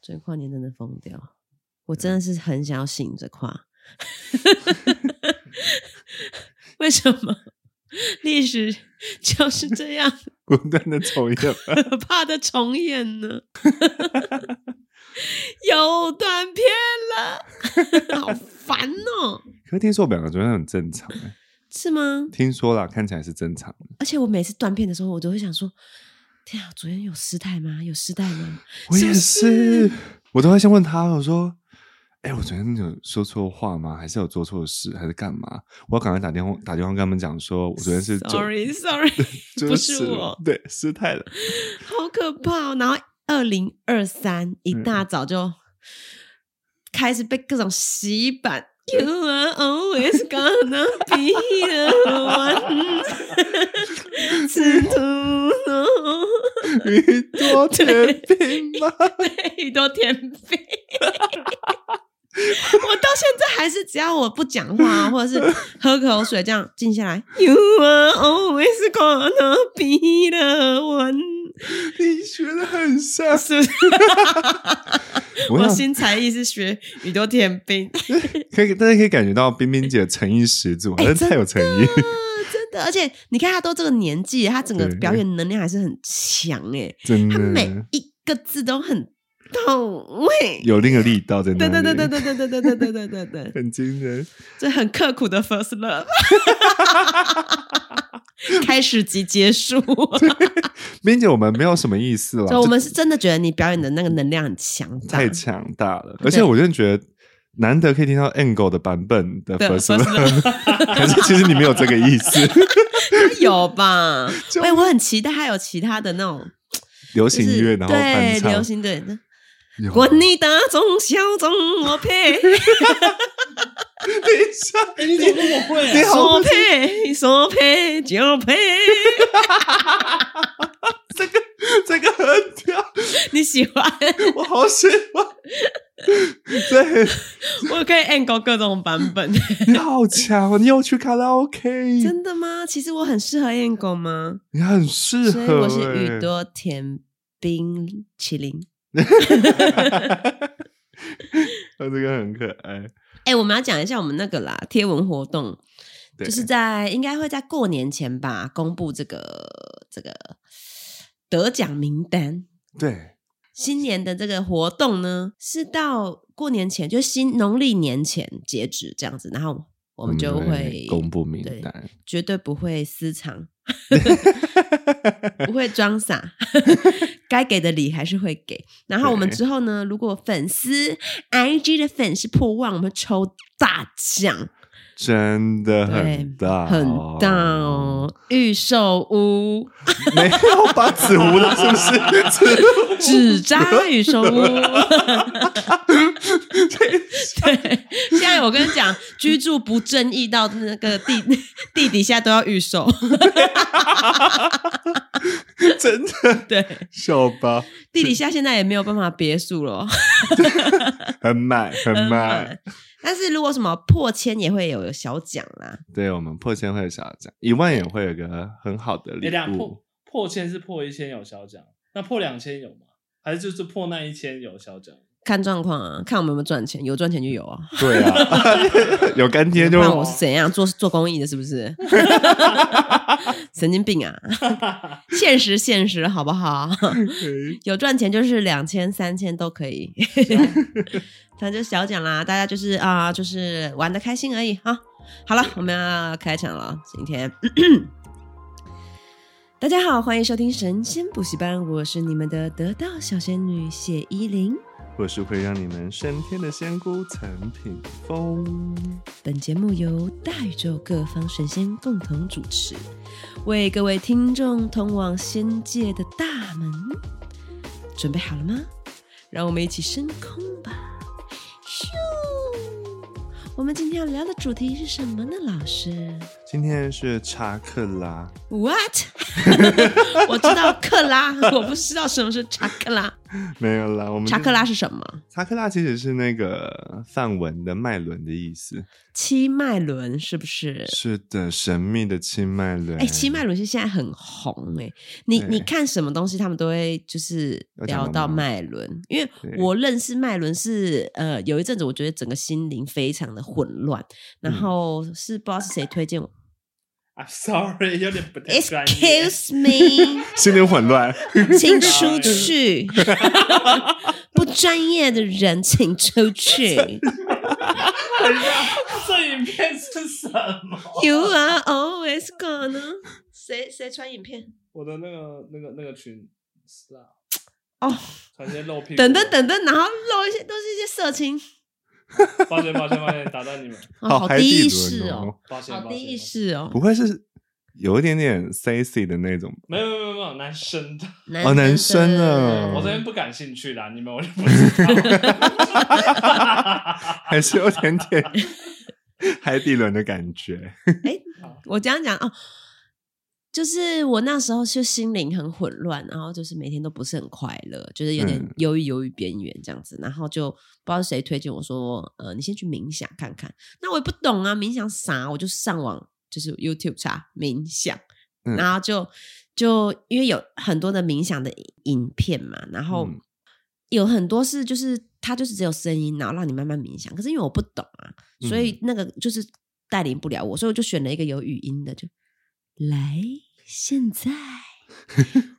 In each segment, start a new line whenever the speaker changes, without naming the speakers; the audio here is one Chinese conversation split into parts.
这跨年真的疯掉，我真的
啊
是很想要醒着跨。 为什么历史 就是这样
滚蛋的抽烟吧。
可怕的重演呢？ 有短片了， 好烦哦、
可是听说我们两个昨天很正常、欸，
是吗？
听说啦，看起来是正常的。
而且我每次断片的时候，我都会想说：天啊，昨天有失态吗？有失态吗？
我也
是
是，我都会先问他，我说：“哎、我昨天有说错话吗？还是有做错事，还是干嘛？”我要赶快 打电话打电话跟他们讲说，我昨天是做
sorry sorry，
就
不
是
是我，
对，失 态了。
好可怕、哦。然后二零二三一大早就开始被各种洗版。You，Oh， are always gonna be the 嗯 one，试图
你多甜啊品吗？
对，都甜饼。我到现在还是，只要我不讲话，啊或者是喝口水，这样静下来，You are always gonna be the one。
你学的很像。
是不是？
我
我
想
新才艺是学宇多田冰
可以，大家可以感觉到冰冰姐的诚意十足，好
哎
像太有诚意。
啊，真的。而且你看他都这个年纪，他整个
对
表演能量还是很强哎，
真
他每
的
一个字都很到位。
有那个力道在
对
那里，
对对对对对对对对对对对对。
很惊人。
这很刻苦的 first love，开始及结束。
冰姐，我们没有什么意思了，
所以我
就
们是真的觉得你表演的那个能量很强大，
太强大了，而且我真的觉得。难得可以听到 Angle 的版本的
对
First
First
Love，可是其实你没有这个意思。
有吧？
就
喂，我很期待还有其他的那种
流
就
行
是
音乐，然后翻
对
唱
流，行对。
有
管你大众小众，我配
等一下，
哎，你怎么那么会啊？
你好
说配说配就配，
这个很屌，
你喜欢？
我好喜欢。对，
我可以 angle 各种版本。
你好强哦，你有去卡拉 OK，
真的吗？其实我很适合 angle 吗？
你很适合
所
欸。
以我是宇 多田冰淇淋。
他这个很可爱，
哎、我们要讲一下我们那个啦，贴文活动，
对
就是在应该会在过年前吧，公布这个这个得奖名单。
对，
新年的这个活动呢，是到过年前，就新农历年前截止这样子，然后我们就会
嗯哎公布名
对
单。
绝对不会私 藏，不会装傻，该给的礼还是会给。然后我们
对
之后呢，如果粉丝 IG 的粉丝破万，我们抽大奖，
真的
对
很，大，哦
很大。哦，预售屋、
没有把纸糊了，是不 是？纸糊
纸扎预售屋。对，现在我跟你讲，居住不正义到那个地 地底下都要预售。
真的
对，
笑吧，
地底下现在也没有办法别墅了。
很满很满。
但是如果什么破千也会有小奖啦，
对我们破千会有小奖，一万也会有个很好的
你
礼
俩
物
破。破千是破一千有小奖，那破两千有吗？还是就是破那一千有小奖？
看状况啊，看我们有没有赚钱，有赚钱就有啊。
对啊， 有干爹
不
就
然我是怎样做做公益的？是不是？神经病啊！ 现实现实好不好？
嗯
有赚钱就是两千三千都可以， 反正就小奖啦，大家就是啊、就是玩的开心而已啊。好了，我们要开场了，今天。大家好，欢迎收听《神仙补习班》，我是你们的得道小仙女谢依霖。
我是会让你们升天的仙姑陈品峰。
本节目由大宇宙各方神仙共同主持，为各位听众通往仙界的大门。准备好了吗？让我们一起升空吧！咻！我们今天要聊的主题是什么呢，老师
今天是查克拉，
？What？ 我知道克拉，我不知道什么是查克拉。
没有啦，我们
查克拉是什么？
查克拉其实是那个梵文的脉轮的意思，
七脉轮是不是？
是的，神秘的七脉轮。
哎、七脉轮是现在很红哎、你
对
你看什么东西，他们都会就是
有讲
聊
到
到
吗
脉轮，因为
对
我认识脉轮是呃有一阵子，我觉得整个心灵非常的混乱，然
嗯
后是不知道是谁推荐我、
I'm sorry，有点不太专业。
Excuse me，
心灵混乱。
请出去，不专业的人请出去。
等一下， 这影片是什么？
You are always gonna 谁谁传影片？
我的那个那个那个群是啊，
哦，
传些露屁股。啊
等等，等等，然后露一些都是一些色情，
抱歉抱歉抱歉，打断你们，
哦、好
嗨
低
地
意
轮
识哦，
哦，
抱歉
好
抱歉。
低意
抱歉
识哦
不，会是有一点点 sexy 的 那种？
没有没有没有没有，男生的，
男
哦男
生
生啊
我这
在
边不感兴趣啦，你们我就 不知道。
还是有点点 海底轮的感觉？
我这样讲哦，就是我那时候就心灵很混乱，然后就是每天都不是很快乐，就是有点
嗯
忧郁、忧郁边缘这样子。然后就不知道谁推荐我说，呃，你先去冥想看看。那我也不懂啊，冥想啥？我就上网就是 YouTube 查冥想，
嗯
然后就就因为有很多的冥想的影片嘛，然后
嗯
有很多是就是它就是只有声音，然后让你慢慢冥想。可是因为我不懂啊，所以那个就是带领不了我，所以我就选了一个有语音的，就来现在。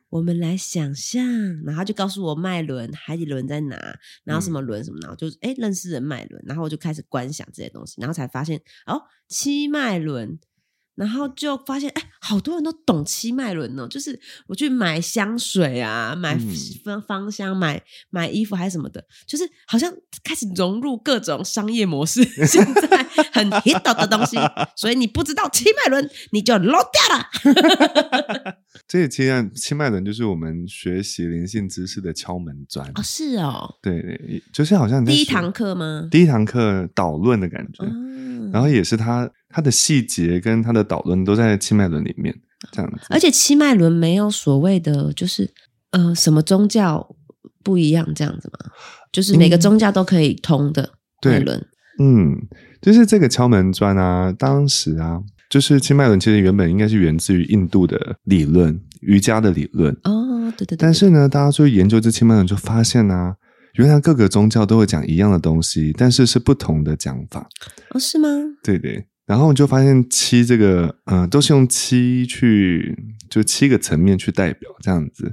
我们来想象，然后他就告诉我脉轮、海底轮在哪，然后什
嗯
么轮什么，然后就是哎认识人脉轮，然后我就开始观想这些东西，然后才发现哦七脉轮，然后就发现哎好多人都懂七脉轮哦，就是我去买香水啊，买
嗯
芳芳香，买买衣服还是什么的，就是好像开始融入各种商业模式， 现在很 hit 的东西，所以你不知道七脉轮，你就 low 掉了。
这也其实七脉轮就是我们学习灵性知识的敲门砖。
哦，是哦，
对对，就是好像你在
第一
学
堂课吗？
第一堂课导论的感觉，
哦
然后也是它它的细节跟它的导论都在七脉轮里面，这样子。
而且七脉轮没有所谓的，就是呃什么宗教不一样这样子嘛，就是每个
嗯
宗教都可以通的
对
脉轮。
嗯，就是这个敲门砖啊，当时啊，就是七脉轮其实原本应该是源自于印度的理论，瑜伽的理论。
哦，对对对，
但
对
是呢，大家去研究这七脉轮，就发现啊，原来各个宗教都会讲一样的东西，但是是不同的讲法。
哦是吗？
对对。然后你就发现七这个，呃，都是用七去，就七个层面去代表这样子。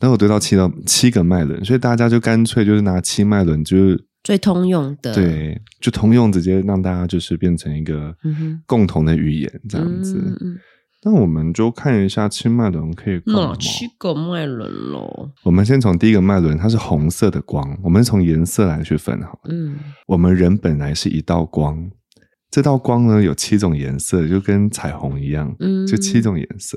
然后我得到七到七个脉轮，所以大家就干脆就是拿七脉轮，就是
最通用的，，
对，就通用，直接让大家就是变成一个
嗯哼
共同的语言这样子。
嗯嗯
那我们就看一下七脉轮可以干
哪
嘛？
去个脉轮喽？
我们先从第一个脉轮，它是红色的光，我们从颜色来去分好了。
嗯，
我们人本来是一道光，这道光呢有七种颜色，就跟彩虹一样，
嗯
就七种颜色。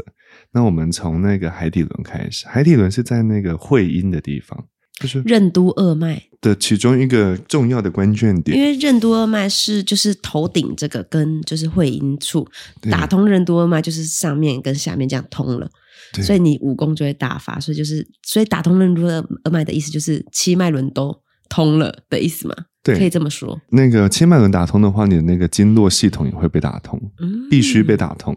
那我们从那个海底轮开始，海底轮是在那个会阴的地方，就是
任督二脉，
的其中一个重要的关键
因
点。
为任督二脉是就是头顶这个跟就是会阴处
对
打通任督二脉，就是上面跟下面这样通了，
对
所以你武功就会大发。所以就是所以打通任督二脉的意思就是七脉轮都通了的意思嘛，可以
对，
这么说。
那个七脉轮打通的话，你的那个经络系统也会被打通，
嗯，
必须被打通，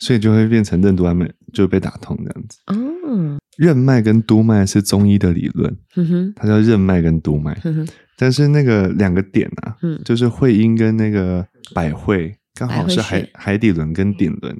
所以就会变成任督二脉就被打通这样子。
哦，
任脉跟督脉是中医的理论，
哼哼
它叫任脉跟督脉。
哼哼，
但是那个两个点啊，
嗯
就是会阴跟那个百会，刚好是
百会
海
穴
海底轮跟顶轮。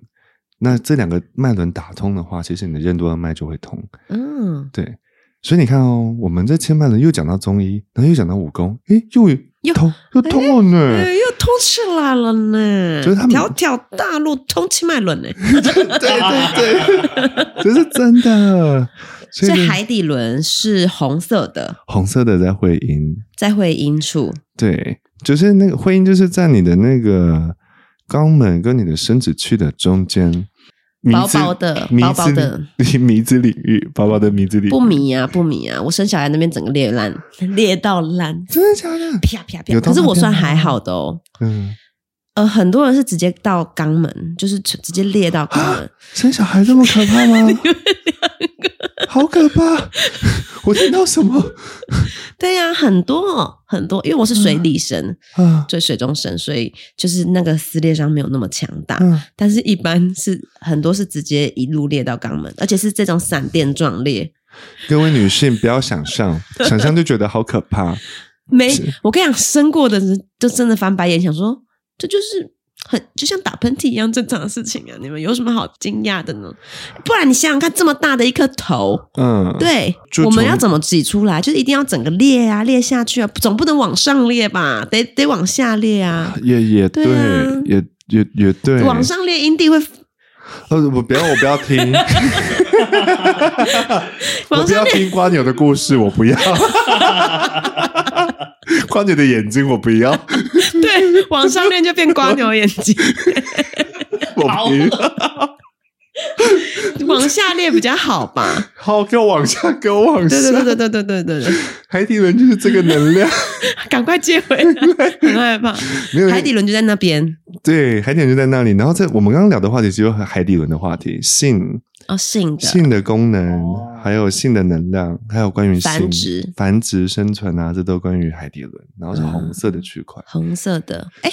那这两个脉轮打通的话，其实你的任督二脉就会通。
嗯，
对，所以你看哦，我们这千脉轮又讲到中医，然后又讲到武功，诶，又
又
通又通了呢。
哎，又通起来了呢，
嗯就是他们
条条大路通七脉轮呢。
对对对，这是真的。 所
所
以
以
呢
海底轮是红色的，
红色的在会阴，
在会阴处。
对，就是那个会阴，就是在你的那个肛门跟你的生殖区的中间，迷
薄
之
薄的
迷
薄薄
之
的
领迷之领域，薄薄的迷之领域，
不迷啊，不迷啊！我生小孩那边整个裂烂， 裂到烂，
真的假的？
啪啪啪！
有到
可是
那
我算
边吗
还好的哦。
嗯，
呃，很多人是直接到肛门，就是直接裂到肛门。
生小孩这么可怕吗？好可怕！我听到什么
对呀、很多很多，因为我是
嗯
水里生，
啊？
对水中生，所以就是那个撕裂伤没有那么强大。
嗯，
但是，一般是很多是直接一路裂到肛门，而且是这种闪电状裂。
各位女性不要想象，想象就觉得好可怕。
没
是，
我跟你讲，生过的人就真的翻白眼，想说这就是很就像打喷嚏一样正常的事情啊！你们有什么好惊讶的呢？不然你想想看，这么大的一颗头，
嗯，，
对
就，
我们
从
要怎么挤出来？就是一定要整个裂啊，裂下去啊，总不能往上裂吧？得得往下裂啊，
也也对
对啊，
也也也对。
往上裂阴蒂会
呃，我不要，我不要 听，我
往
不
上
要
裂。
听瓜牛的故事，我 不要。瓜牛的眼睛，我不要，
对， 往上练就变瓜牛眼睛，
我不要。
往下练比较好吧？
好，给我往下，给我往下。
对对对对对对对对对，
海底轮就是这个能量。
赶快接回来，很害怕。
没有
海底轮就在那边
对，海底轮就在那里。然后在我们刚刚聊的话题，只有海底轮的话题，性、
哦，性的
性的功能，
哦
还有性的能量，还有关于性
繁殖嗯
繁殖、生存啊，这都关于海底轮。然后是红色的区块，
红色的，哎，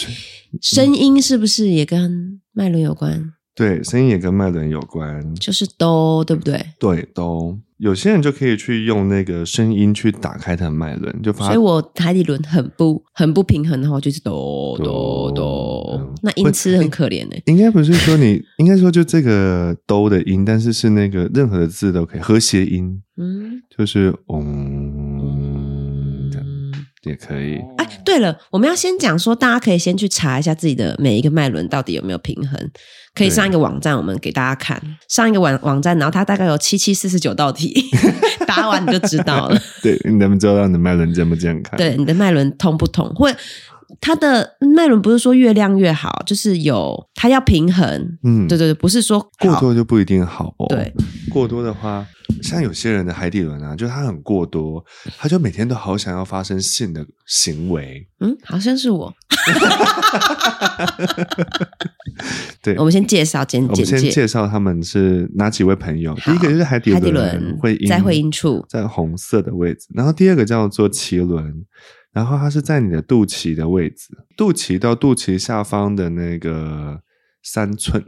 声音是不是也跟脉轮有关？
对，声音也跟脉轮有关。
就是哆，对不对？
对，都有些人就可以去用那个声音去打开他的脉轮，就发
所以我海底轮很不很不平衡的话，就是哆哆哆
嗯，
那音痴很可怜呢。
应该不是说你，应该说就这个哆的音，但是是那个任何的字都可以和谐音，
嗯，
就是嗡、这样也可以。
哦
哎、对了，我们要先讲说，大家可以先去查一下自己的每一个脉轮到底有没有平衡，可以
对
上一个网站，我们给大家看上一个网网站，然后它大概有七七四十九道题， 答完你就知道 了，
对，你能不知道你的脉轮健不健康？
对，你的脉轮通不通，或它的脉轮不是说越亮越好，就是有它要平衡，
嗯，
对对对，不是说
过
好
多就不一定好哦。
对，
过多的话，像有些人的海底轮啊，就他很过多，他就每天都好想要发生性的行为。
嗯，好像是 我。
对
我们先介绍简
我
简
们先
介，
介绍他们是哪几位朋友。
好
第一个就是海底
海底
轮
轮
会阴，
在会阴处
在红色的位置。然后第二个叫做脐轮，然后它是在你的肚脐的位置，肚脐到肚脐下方的那个三寸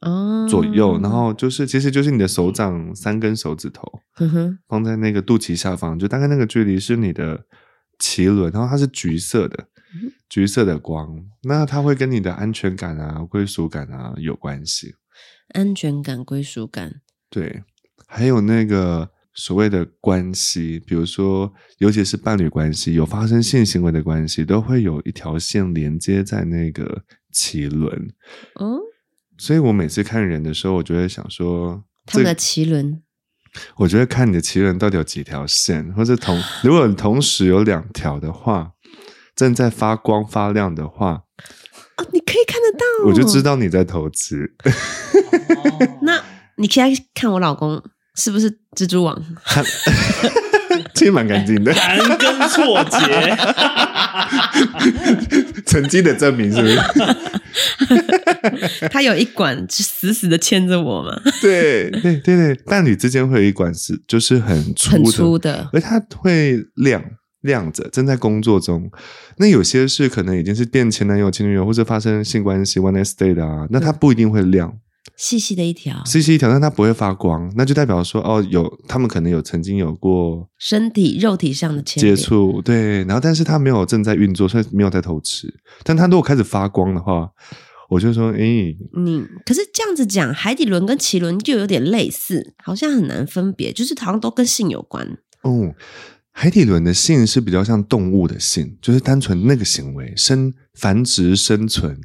哦
左右，然后就是其实就是你的手掌三根手指头。
哼哼，
放在那个肚脐下方，就大概那个距离是你的脐轮，然后它是橘色的
嗯，
橘色的光，那它会跟你的安全感啊、归属感啊有关系。
安全感、归属感，
对，还有那个所谓的关系，比如说，尤其是伴侣关系，有发生性行为的关系，都会有一条线连接在那个脐轮。
哦，
所以我每次看人的时候，我就会想说，
他们
这
的脐轮，
我觉得看你的奇人到底有几条线，或者同如果同时有两条的话，正在发光发亮的话，
哦，你可以看得到，
我就
嗯
知。道你在投资。
哦
那你现在看我老公是不是蜘蛛网？
其实蛮干净的，
盘根错节，
成绩的证明是不 是？
他有一管就死死的牵着我嘛，
对对对对，伴侣之间会有一管是就是很粗的，
很粗的，
而它会亮亮着，正在工作中。那有些是可能已经是变前男友、前女友，或者发生性关系 one night stay 的啊，那它不一定会亮，
细细的一条，
C C 条，但它不会发光，那就代表说哦，有他们可能有曾经有过
身体肉体上的牵
接
连，
触，对，然后但是它没有正在运作，所以没有在偷吃。但它如果开始发光的话，我就说，诶、
你嗯可是这样子讲，海底轮跟脐轮就有点类似，好像很难分别，就是好像都跟性有关。
哦，海底轮的性是比较像动物的性，就是单纯那个行为，生繁殖、生存、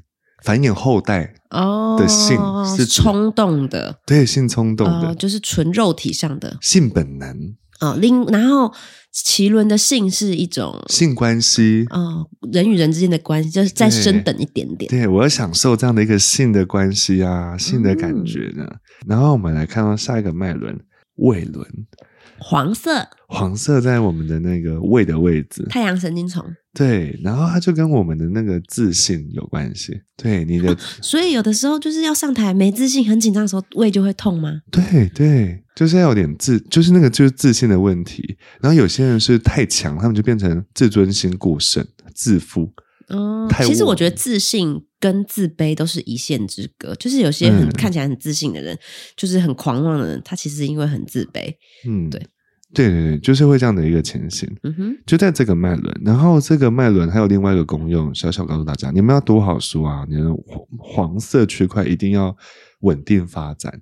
繁衍后代，
哦
的性是指
冲动的，
对，性冲动的、
哦就是纯肉体上的
性本能、
哦。另然后脐轮的性是一种
性关系。
哦，人与人之间的关系，就是再
对
升等一点点。
对，我要享受这样的一个性的关系
嗯
啊，性的感觉呢。然后我们来看到下一个脉轮，胃轮。
黄色
黄色在我们的那个胃的位置，
太阳神经虫，
对，然后它就跟我们的那个自信有关系。对，你的，
所以有的时候就是要上台没自信、很紧张的时候，胃就会痛吗？
对对，就是要有点自，就是那个就是自信的问题。然后有些人是太强，他们就变成自尊心过剩、自负。
哦，
太
其实
握
我觉得自信跟自卑都是一线之隔，就是有些很、
嗯
看起来很自信的人，就是很狂妄的人，他其实因为很自卑。
嗯，
对，
对对对，就是会这样的一个情形。
嗯哼，
就在这个脉轮，然后这个脉轮还有另外一个功用，小小告诉大家，你们要读好书啊，你的黄黄色区块一定要稳定发展，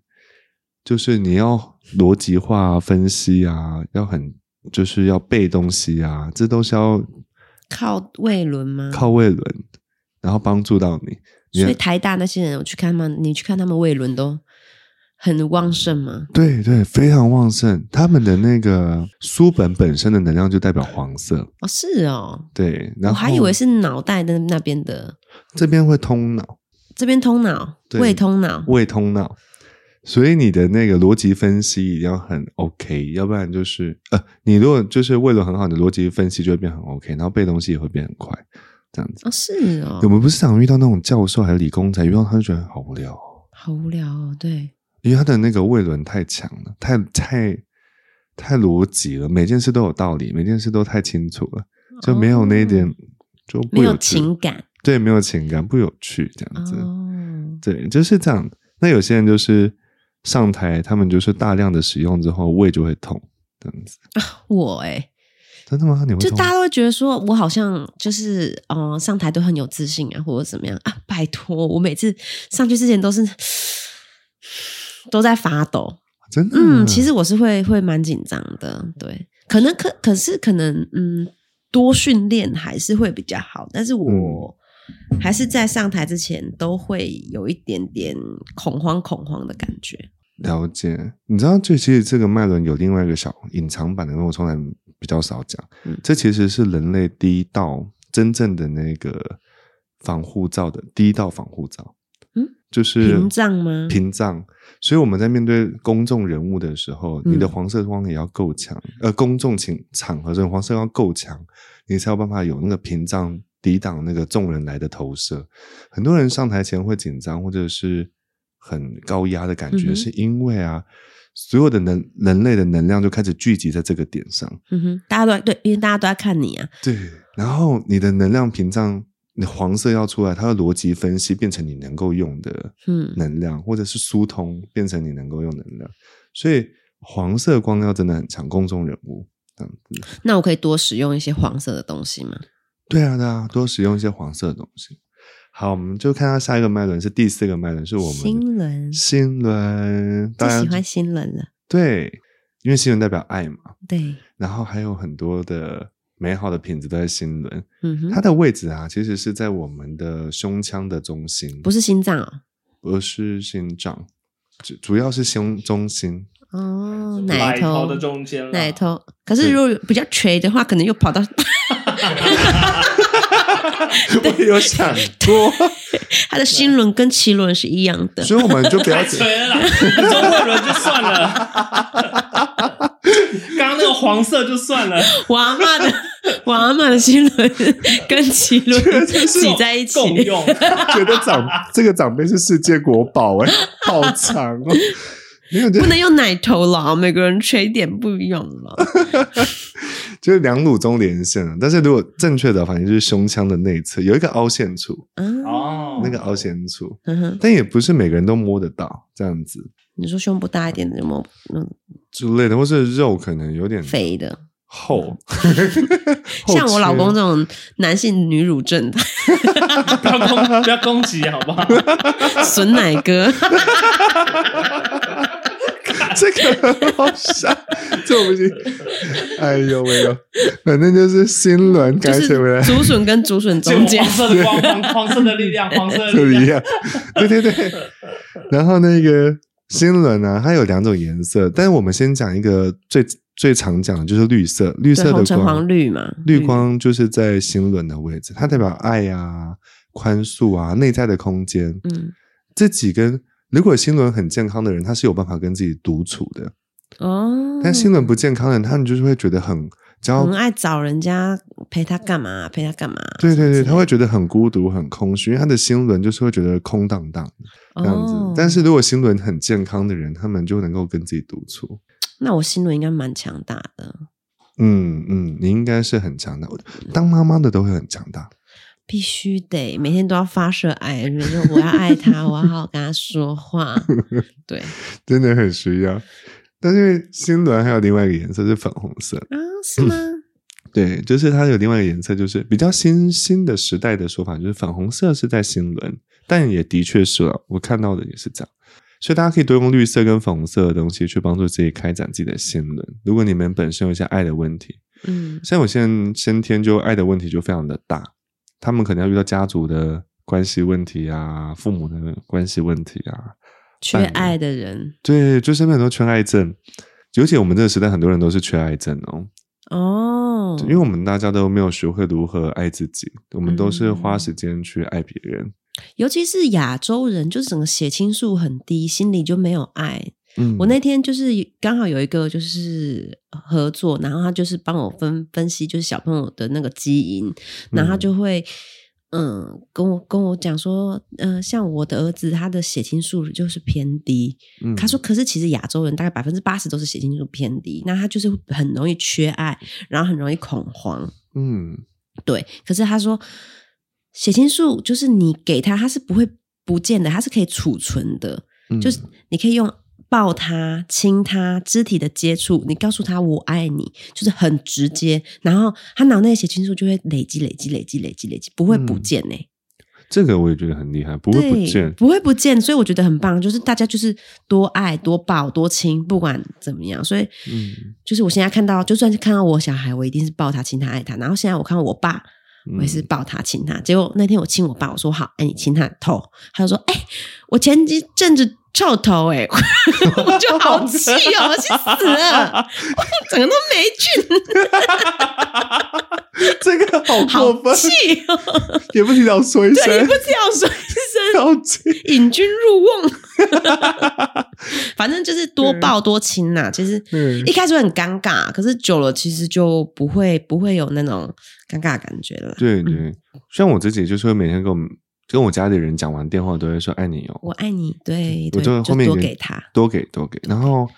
就是你要逻辑化、啊、分析啊，要很就是要背东西啊，这都是要
靠胃轮吗？
靠胃轮，然后帮助到你。
所以台大那些人，我去看他们，你去看他们胃轮都很旺盛吗？
对对，非常旺盛，他们的那个书本本身的能量就代表黄色，
哦，是哦，
对，然
我
后
还以为是脑袋的那边的，
这边会通脑。
这边通脑，
对
胃通脑，
胃通脑，所以你的那个逻辑分析一定要很 OK，要不然就是呃，你如果就是胃轮很好，你的逻辑分析就会变很 OK，然后背东西也会变很快，这样子。
哦，是哦
我，们不是常遇到那种教授还是理工仔，遇到他就觉得好无聊哦，
好无聊哦，对，
因为他的那个胃轮太强了，太太太逻辑了，每件事都有道理，每件事都太清楚了，就没有那一点、
哦
就不
没有
趣
情感
对，没有情感，不有趣嗯这样子。
哦，
对，就是这样。那有些人就是上台，他们就是大量的使用之后，胃就会痛，这样子。
我哎、
真的吗？你会
就
痛吗？
大家都会觉得说，我好像就是呃上台都很有自信啊，或者怎么样啊。拜托，我每次上去之前都是 都在发抖。
真的？
嗯，其实我是会会蛮紧张的，对，可能可可是可能嗯多训练还是会比较好，但是
嗯
我还是在上台之前都会有一点点恐慌恐慌的感觉。
了解。你知道，就其实这个脉轮有另外一个小隐藏版的，我从来比较少讲。
嗯
这其实是人类第一道真正的那个防护罩的第一道防护罩。
嗯，
就是
屏障吗
屏障。所以我们在面对公众人物的时候，
嗯
你的黄色光也要够强，呃，公众情场合中黄色要够强，你才有办法有那个屏障抵挡那个众人来的投射。很多人上台前会紧张或者是很高压的感
嗯
觉，
哼
是因为啊，所有的能人类的能量就开始聚集在这个点上。
嗯哼，大家都在对，因为大家都在看你啊，
对，然后你的能量屏障，你黄色要出来，它的逻辑分析变成你能够用的
嗯
能量，或者是疏通变成你能够用的能量。所以黄色光耀真的很强，公众人物这样子。
那我可以多使用一些黄色的东西吗？
对啊，对啊，多使用一些黄色的东西。好，我们就看到下一个脉轮是第四个脉轮，是我们
心轮
心轮，
最
当然
喜欢心轮了，
对，因为心轮代表爱嘛，
对，
然后还有很多的美好的品质都在心轮。
嗯
它
哼，
的位置啊，其实是在我们的胸腔的中心，
不是心脏哦，
而是心脏，主主要是胸 中心。
哦，
奶
奶头
的中间啦，
奶头，可是如果比较垂的话，可能又跑到
我有想过，
它的心轮跟脐轮是一样的。
所以我们就不要
太垂了啦， 你说魏伦就算了， 刚刚那个黄色就算了，
我阿妈的 我阿妈的心轮跟脐 轮挤在一起，
共 用，
觉得长这个长辈是世界国宝哎、好长哦。没有，就
不能用奶头了，每个人垂点不一样了。
就是两乳中连线了。但是如果正确的反应就是胸腔的内侧有一个凹陷处，
啊，
哦，
那个凹陷处，
嗯哼，
但也不是每个人都摸得到这样子
你说胸部大一点的有没有嗯
之类的，或是肉可能有点
肥的？
厚，厚
像我老
切
公这种男性女乳症的
不要攻，不要攻击好不好？
损奶哥，
这个很好笑，这我不行。哎呦喂呦，反正就是心轮
就
改
是
写回来
竹笋跟竹笋
这 个
中间
黄。色的光，黄黄色的力量，黄色的
就
力
一
量，
样。啊对对对，然后那个心轮呢、它有两种颜色，但是我们先讲一个最最常讲的就是绿色， 绿
对，
色
红
的
橙
光，
黄绿嘛，
绿光就是在心轮的位置，它代表爱啊、宽恕啊、内在的空间。
嗯，
自己跟如果心轮很健康的人，他是有办法跟自己独处的。
哦，
嗯但心轮不健康的人，他们就是会觉得很骄傲
很爱找人家陪他干嘛？陪他干嘛？什
对对对，
么之类的
他会觉得很孤独、很空虚，因为他的心轮就是会觉得空荡荡这样子。
哦
但是如果心轮很健康的人，他们就能够跟自己独处。
那我心轮应该蛮强大的，
嗯嗯，你应该是很强大，
嗯
当妈妈的都会很强大。
必须得每天都要发射爱，就是我要爱他，我要好好跟他说 话。对啊，
真的很需要。但是星轮还有另外一个颜色是粉红色，
是吗？嗯
对，就是它有另外一个颜色，就是比较新兴的时代的说法，就是粉红色是在星轮，但也的确是了，我看到的也是这样。所以大家可以多用绿色跟粉红色的东西去帮助自己开展自己的心轮。如果你们本身有一些爱的问题，
嗯
像有些人先天就爱的问题就非常的大，他们可能要遇到家族的关系问题啊、父母的关系问题啊，
缺爱的人
对，就身边很多缺爱症，尤其我们这个时代，很多人都是缺爱症哦，
哦，
因为我们大家都没有学会如何爱自己，我们都是花
嗯
时间去爱别人。
尤其是亚洲人，就是整个血清素很低，心里就没有爱。
嗯，
我那天就是刚好有一个就是呃合作，然后他就是帮我分分析，就是小朋友的那个基因，然后他就会嗯跟我跟我讲说，嗯、像我的儿子他的血清素就是偏低，
嗯
他说，可是其实亚洲人大概百分之八十都是血清素偏低，那他就是很容易缺爱，然后很容易恐慌，
嗯
对，可是他说血清素就是你给他，他是不会不见的，它是可以储存的，
嗯，
就是你可以用抱他、亲他、肢体的接触，你告诉他我爱你，就是很直接。然后他脑内的血清素就会累积、累积、累积、累积、累积，不会不
嗯
见呢、
这个我也觉得很厉害，不会不
对
见。
不会不见，所以我觉得很棒，就是大家就是多爱、多抱、多亲，不管怎么样。所以，
嗯
就是我现在看到，就算是看到我小孩，我一定是抱他、亲他、爱他。然后现在我看到我爸，我也是
嗯
抱他亲他。结果那天我亲我爸，我说好，哎、你亲他的头，他就说，哎、我前几阵子臭头、哎， 我就好气哦，我去死了，我整个都霉菌，
这个好
好
过分，
气哦，
也不提早说一
对，你
声
不，是要说一
好 气。
声引君入瓮， 反正就是多抱多亲呐、其实。
嗯
一开始会很尴尬，可是久了其实就不会不会有那种尴尬的感觉了。
对对，像我自己就是会每天跟我们跟我家里人讲完电话，都会说爱你哦，
我爱你，对，
我
对，
就
就
后面
多
有
给他
多给多给，然后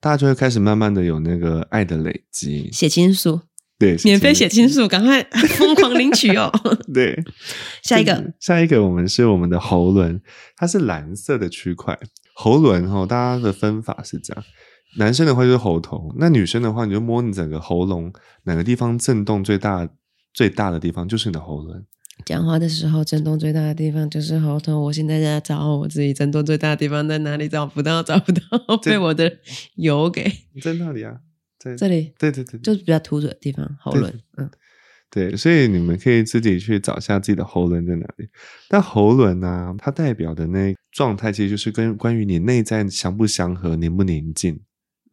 大家就会开始慢慢的有那个爱的累积，
血清素，
对，
免费
写
血清素，赶 快疯狂领取哦！
对。
下一个
嗯，下一个我们是我们的喉轮，它是蓝色的区块。喉轮哈，大家的分法是这样：男生的话就是喉头，那女生的话，你就摸你整个喉咙哪个地方震动最大。最大的地方就是你的喉轮，
讲话的时候震动最大的地方就是喉头。我现在在找我自己震动最大的地方在哪里，找不到，找不到，
这
被我的油给
在那里啊，在
这里
对对对，
就是比较凸着的地方，喉轮。嗯，
对，所以你们可以自己去找一下自己的喉轮在哪里。但喉轮呢、它代表的那状态，其实就是跟关于你内在祥不祥和、宁不宁静、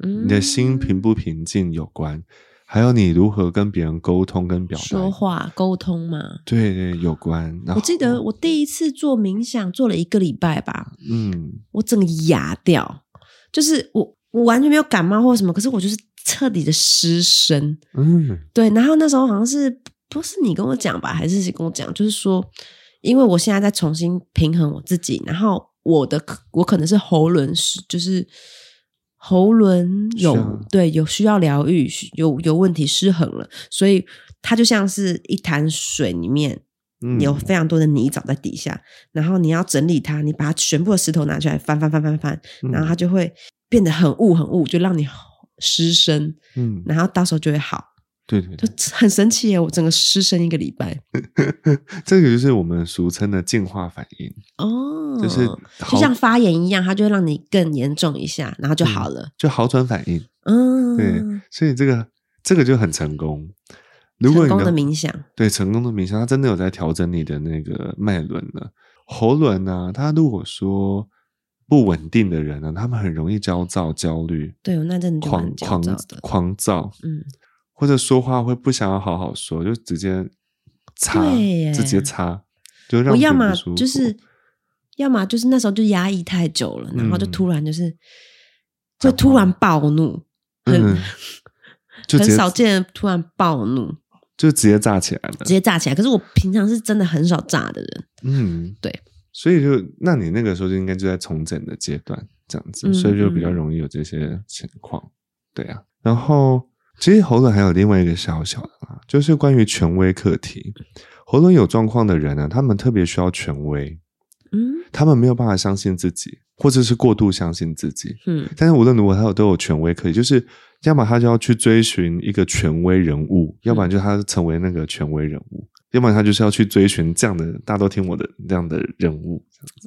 嗯
你的心平不平静有关，还有你如何跟别人沟通跟表达
说话沟通嘛。
对对有关。然后
我记得，我第一次做冥想做了一个礼拜吧，
嗯，
我整个哑掉，就是我我完全没有感冒或什么，可是我就是彻底的失声。
嗯
对，然后那时候好像是不是你跟我讲吧，还是谁跟我讲？就是说，因为我现在在重新平衡我自己，然后我的可我可能是喉轮是就是喉轮有
是啊
对有需要疗愈，需有有问题失衡了，所以它就像是一潭水里面。
嗯，
有非常多的泥沼在底下，然后你要整理它，你把它全部的石头拿出来翻翻翻翻翻，
嗯
然后它就会变得很雾很雾，就让你失声，
嗯，
然后到时候就会好。
对对
就
对，
很神奇耶！我整个失声一个礼拜
这个就是我们俗称的进化反应，
哦
就是
就
好
像发炎一样，它就会让你更严重一下，然后就好了。
就好转反应。
嗯，
对，所以这个这个就很成功。如果
成
你
功的
能
冥想，
对成功的冥想，它真的有在调整你的那个脉轮了。喉轮呢、它如果说不稳定的人呢、啊他们很容易焦躁、焦虑、
对我那阵子就
狂
蛮焦
狂
躁的。
狂躁，
嗯，
或者说话会不想要好好说，就直接擦
对，耶
直接擦，就让
我
别
要
人
么
不舒服
就是，要么就是那时候就压抑太久了，然后就
嗯
突然就是会突然暴怒，很
嗯，就直
很
接
少见突然暴怒，
就直接炸起来了
直。接炸起来。可是我平常是真的很少炸的人，
嗯，
对。
所以就，那你那个时候就应该就在重整的阶段，这样子，
嗯
所以就比较容易有这些情况。对啊，然后其实喉咙还有另外一个小小的啦，就是关于权威课题。喉咙有状况的人啊呢、他们特别需要权威，
嗯
他们没有办法相信自己，或者是过度相信自己。
嗯
但是无论如何，他有都有权威可以，就是要么他就要去追寻一个权威人
嗯
物，要不然就他成为那个权威人物，要不然他就是要去追寻这样的大家都听我的这样的人物，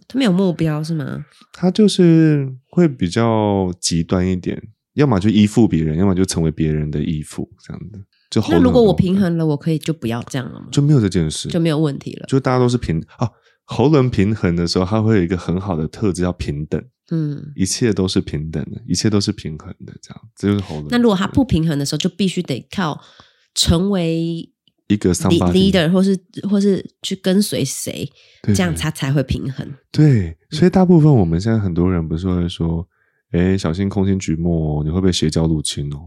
他没有目标是吗？
他就是会比较极端一点，要么就依附别人，要么就成为别人的依附，这样的。就喉
那
咙
如果
有
我
问题
平衡了，我可以就不要这样了吗？
就没有这件事，
就
就
没有问题了。
大家都是平啊，喉咙平衡的时候，它会有一个很好的特质叫平等，
嗯，
一切都是平等的，一切都是平衡的，这样这就是喉咙。
那如果他不平衡的时候，就必须得靠成为
一个
le-
somebody
leader 或是或是去跟随谁，
对
这样他才嗯会平衡。
对，所以大部分我们现在很多人不是会说，哎，小心空心局末哦，你会被邪教入侵哦。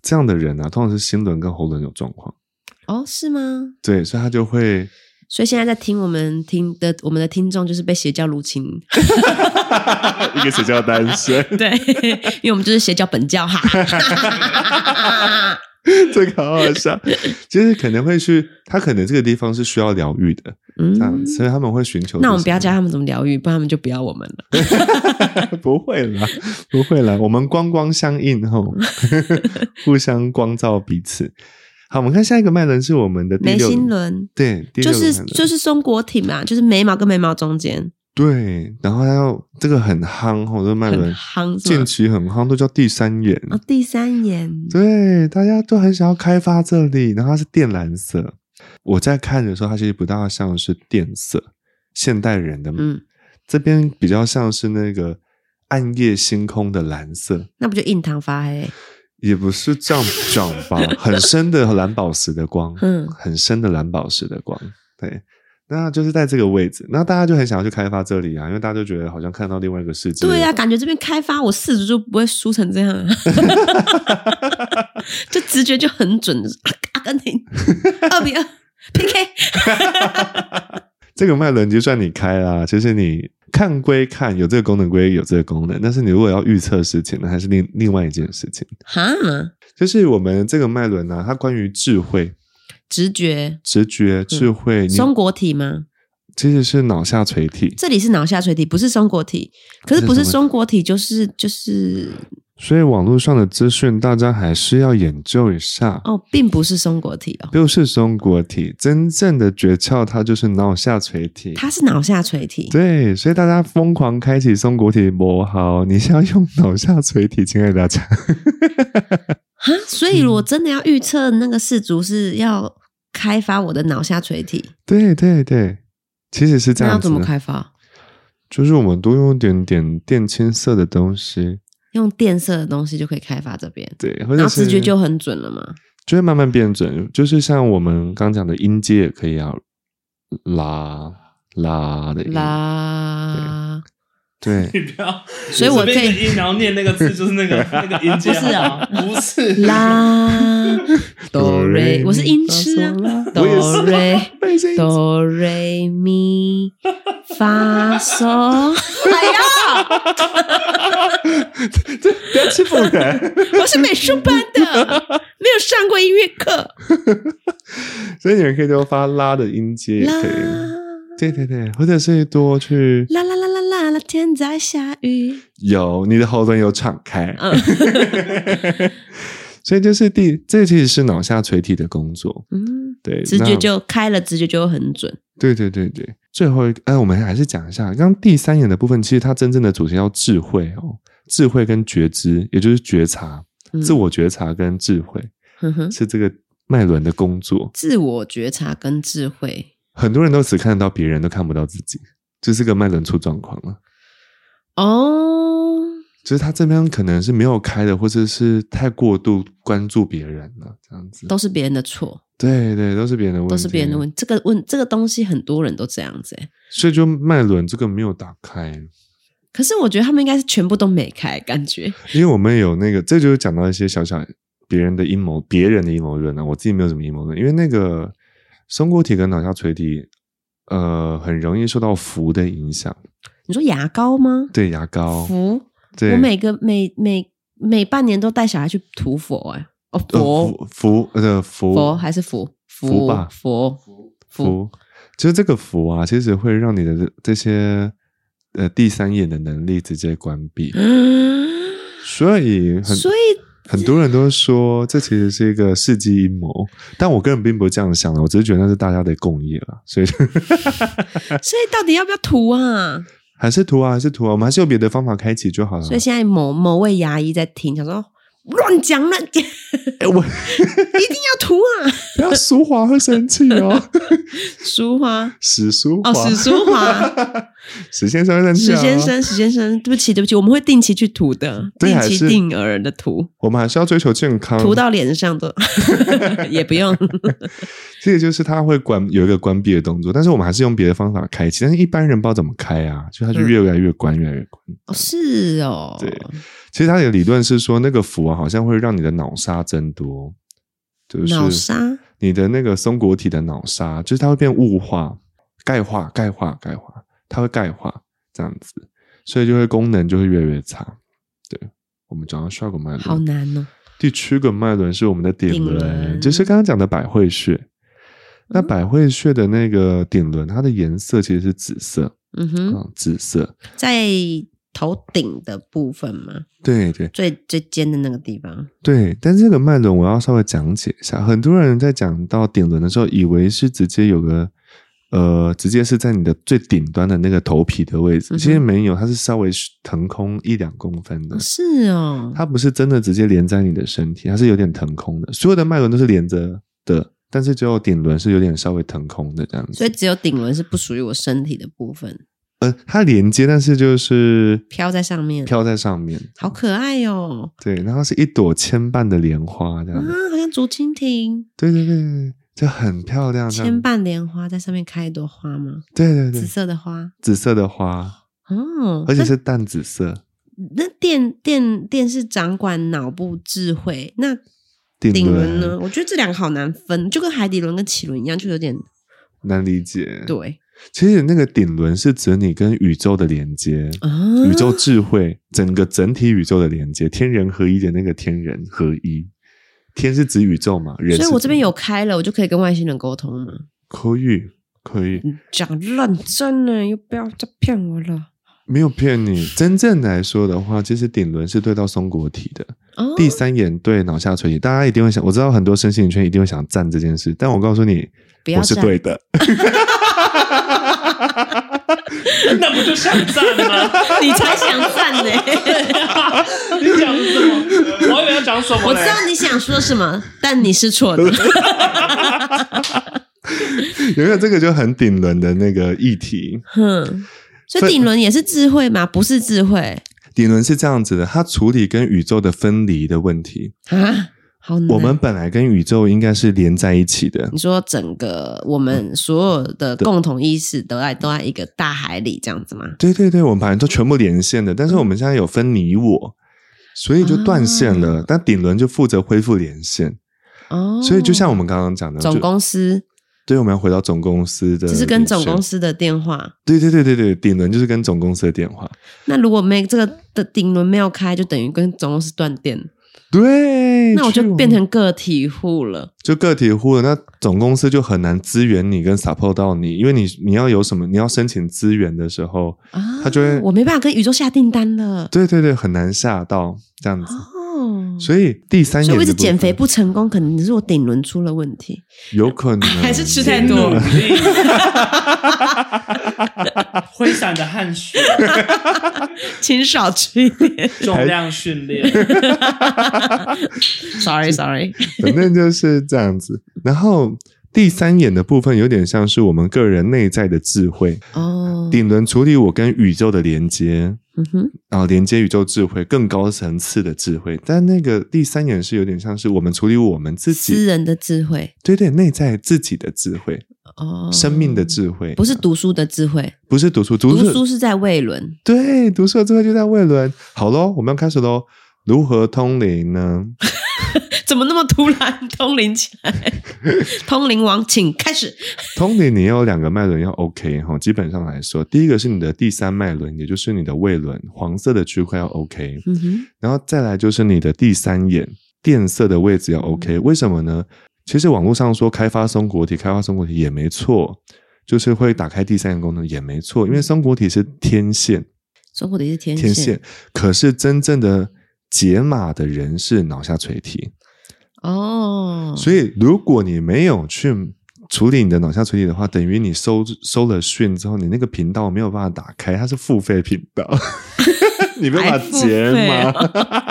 这样的人啊，通常是心轮跟喉轮有状况，
哦，是吗？
对，所以他就会，
所以现在在听我们听的我们的听众就是被邪教入 侵，
一个邪教单身，
对，因为我们就是邪教本教哈。
这个好好笑。就是可能会去，他可能这个地方是需要疗愈的，这样，
嗯，
所以他们会寻求这些。
那我们不要教他们怎么疗愈，不然他们就不要我们了。
不会啦，不会啦，我们光光相 应吼，互相光照彼此。好，我们看下一个脉轮是我们的第
眉
六
心，轮
对，第
就
六
是
个脉轮
就是松果体嘛，就是眉毛跟眉毛中间
对，然后还有这个很夯吼，这个脉
很
轮
夯是
近
吗，
期很夯，都叫第三眼。
哦，第三眼，
对，大家都很想要开发这里，然后它是靛蓝色。我在看的时候，它其实不大像是靛色，现代人的、
嗯，
这边比较像是那个暗夜星空的蓝色。
那不就印堂发黑？
也不是这样讲吧，很深的蓝宝石的光，
嗯
很深的蓝宝石的光，对，那就是在这个位置，那大家就很想要去开发这里啊，因为大家就觉得好像看到另外一个世界，
对呀、啊感觉这边开发我四十就不会输成这样、啊， 就直觉就很准，就是啊阿根廷二比二 PK，
这个脉轮就算你开啦、就是你看归看，有这个功能归有这个功能，但是你如果要预测事情，那还是另另外一件事情，
哈，
就是我们这个脉轮呢、它关于智慧、
直觉
直
嗯
觉、智慧，你
松果体吗？
其实是脑下垂体，
这里是脑下垂体，不是松果体，可是不是松果体就是就是
所以网络上的资讯大家还是要研究一下。
哦，并不是松果体哦，
不是松果体，真正的诀窍它就是脑下垂体。
它是脑下垂体。
对，所以大家疯狂开启松果体磨好， 你是要用脑下垂体，亲爱的大家。
哈，所以我真的要预测那个氏族是要开发我的脑下垂体，
对对对，其实是这
那要
样
怎
子
么
的，
开发？
就是我们多用一点点靛青色的东西，
用电色的东西就可以开发这边，
对，或
然
者
后
是
直觉就很准了嘛。
就会慢慢变准。就是像我们刚讲的音阶也可以要拉拉的音，
啦，
对，
你不要，
所以我
随
可
便一
以
个音，然后念那个字就是那 个那个音阶，
不是啊
好吗不是，
啦哆
咪
瑞，我是音痴啊
发嗦啦，
哆
我也是
瑞
背着音
哆瑞咪发嗦，哎呀，
这 不要欺负人。
我是美术班的，没有上过音乐课，
所以你们可以多发拉的音阶也
啦
可以，对对对，或者是多去
啦啦啦啦啦啦，天在下雨，
有你的喉咙有敞开，
嗯
所以就是第这其实是脑下垂体的工作，
嗯，
对，
直觉
那
就开了，直觉就很准，
对对对对。最后一个，哎、我们还是讲一下，刚刚第三眼的部分，其实它真正的主题叫智慧哦，智慧跟觉知，也就是觉察、
嗯
自，我觉察跟智慧
哼哼
是这个脉轮的工作。
自我觉察跟智慧，
很多人都只看得到别人，都看不到自己，就这个脉轮出状况了。
哦，
就是他这边可能是没有开的，或者是太过度关注别人了，这样子。
都是别人的错。
对对，都是别人的问题，
都是别人的问
题。
题。这个问这个东西，很多人都这样子、欸。
所以就脉轮这个没有打开，
可是我觉得他们应该是全部都没开，感觉
因为我们有那个，这就是讲到一些小小别人的阴谋，别人的阴谋论啊，我自己没有什么阴谋论，因为那个松果体跟脑下垂体，呃，很容易受到氟的影响，
你说牙膏吗？
对牙膏，
氟，
哦对
我每个每每每半年都带小孩去涂佛、哎，哦
呃
佛
氟呃氟
佛还是佛
氟吧
佛佛
氟，就是这个氟啊，其实会让你的这这些呃第三眼的能力直接关闭，所以很
嗯 所以
很多人都说这其实是一个世纪阴谋，但我个人并不这样想的，我只是觉得那是大家的共业啦，所以
所以到底要不要涂啊？
还是涂啊，还是涂啊，我们还是有别的方法开启就好了。
所以现在某某位牙医在听，想说乱讲乱讲，
哎 我
一定要涂啊！
不要淑华会生气哦，
舒华
史淑华，
哦，史舒 华，
史先生会生气、
史
哦，
先，生，史先生，对不起，对不起，我们会定期去涂的，
对
定
还
期
是
定额的涂，
我们还是要追求健康。
涂到脸上都 也不用。
这个就是他会关有一个关闭的动作，但是我们还是用别的方法开启，但是一般人不知道怎么开啊，就他
嗯
就越来越关，越来越关。
哦，是哦，
对其实他的理论是说，那个氟啊，好像会让你的脑沙增多，就是
脑沙
你的那个松果体的脑沙，就是它会变雾化、钙化、钙化、钙化，它会钙化这样子，所以就会功能就会越来越差。对，我们讲到下个脉轮，
好难哦。
第七个脉轮是我们的顶
顶
轮，
轮嗯
就是刚刚讲的百会穴。那百会穴的那个顶轮，它的颜色其实是紫色
嗯
啊、
哼，
紫色。
在头顶的部分嘛，
对对
最最尖的那个地方，
对，但这个脉轮我要稍微讲解一下。很多人在讲到顶轮的时候，以为是直接有个呃，直接是在你的最顶端的那个头皮的位置，
嗯哼
其实没有，它是稍微腾空一两公分的
哦。是哦，
它不是真的直接连在你的身体，它是有点腾空的。所有的脉轮都是连着的，但是只有顶轮是有点稍微腾空的这样
所以
子。
只有顶轮是不属于我身体的部分，
呃，它连接，但是就是
飘在上面，
飘在上面。
好可爱哦，
对，然后是一朵牵绊的莲花这
啊
样子。，
好像竹蜻蜓，
对对对对对，就很漂亮。这样
千瓣莲花在上面开一朵花吗？
对对对
紫，色的花
紫色的花，
哦，
而且是淡紫色。
那那电电电是掌管脑部智慧，那
顶
顶轮
轮
呢？我觉得这两个好难分，就跟海底轮跟脐轮一样，就有点
难理解。，
对
其实那个顶轮是指你跟宇宙的连接。
啊，
宇宙智慧，整个整体宇宙的连接，天人合一的那个天人合一，天是指宇宙嘛？人是
所以我这边
指
有开了，我就可以跟外星人沟通嘛。
可以，可以，
你讲认真呢，又不要再骗我了。
没有骗你。真正来说的话，其实顶轮是对到松果体的，
哦，
第三眼对脑下垂体，大家一定会想，我知道很多身心灵圈一定会想赞这件事，但我告诉你，
不要
我是
赞
对的。
那不就想赞吗？
你才想赞呢、
你讲什么？我以为要讲什么嘞？
我知道你想说什么，但你是 错的。
有没有这个就很顶轮的那个议题？
哼，所
所
以
以
顶轮也是智慧吗？不是智慧
顶轮是这样子的，它处理跟宇宙的分离的问题。
啊，好难。
我们本来跟宇宙应该是连在一起的，
你说整个我
嗯
们所有的共同意识都在都在一个大海里这样子吗？
对对对，我们本来都全部连线的，但是我
嗯
们现在有分你我，所以就断线
啊
了。但顶轮就负责恢复连线，
哦，
所以就像我们刚刚讲的，
总
就
公司，
对，我们要回到总公司的，
这是跟总公
司，
司的电话。
对对对对对，顶轮就是跟总公司的电话，
那如果没这个的顶轮没有开，就等于跟总公司断电，
对，
那我
去哦
就变成个体户了。
就个体户了，那总公司就很难支援你跟 support 到你，因为你你要有什么，你要申请资源的时候，
啊，
他就会
我没办法跟宇宙下订单了。
对对对，很难下到这样子。
哦，
所以第三
所
眼
以我一直
的部分
减肥不成功，可能是我顶轮出了问题，
有可能
还是吃太
努
多了。
力， 挥洒的汗水，
请少吃 一点。
重量训练，
Sorry Sorry，
反正就是这样子。然后第三眼的部分有点像是我们个人内在的智慧，
哦，
顶轮处理我跟宇宙的连接，
嗯哼，
然后连接宇宙智慧更高层次的智慧。但那个第三眼是有点像是我们处理我们自
私
己，
人的智慧
对对，内在自己的智慧。
哦，
生命的智慧
不是读书的智慧，
不是读书，读
读
书
书是在魏伦，
对，读书的智慧就在魏伦。好喽，我们要开始喽。如何通灵 呢？
怎么那么突然通灵起 来？通灵王，请开始。
通灵你要有两个脉轮要 OK 哈，基本上来说，第一个是你的第三脉轮，也就是你的胃轮，黄色的区块要 OK。
嗯哼，
然后再来就是你的第三眼电色的位置要 OK，为什么呢？其实网络上说开发松果体，开发松果体也没错，就是会打开第三眼功能也没错，因为松果体是天线，
中国的一些天
嗯天线，可是真正的解码的人是脑下垂体，
哦，
所以如果你没有去。处理你的脑下垂体的话，等于你收收了讯之后，你那个频道没有办法打开，它是付费频道， 你没有办
还
法
付
解
费
码
啊。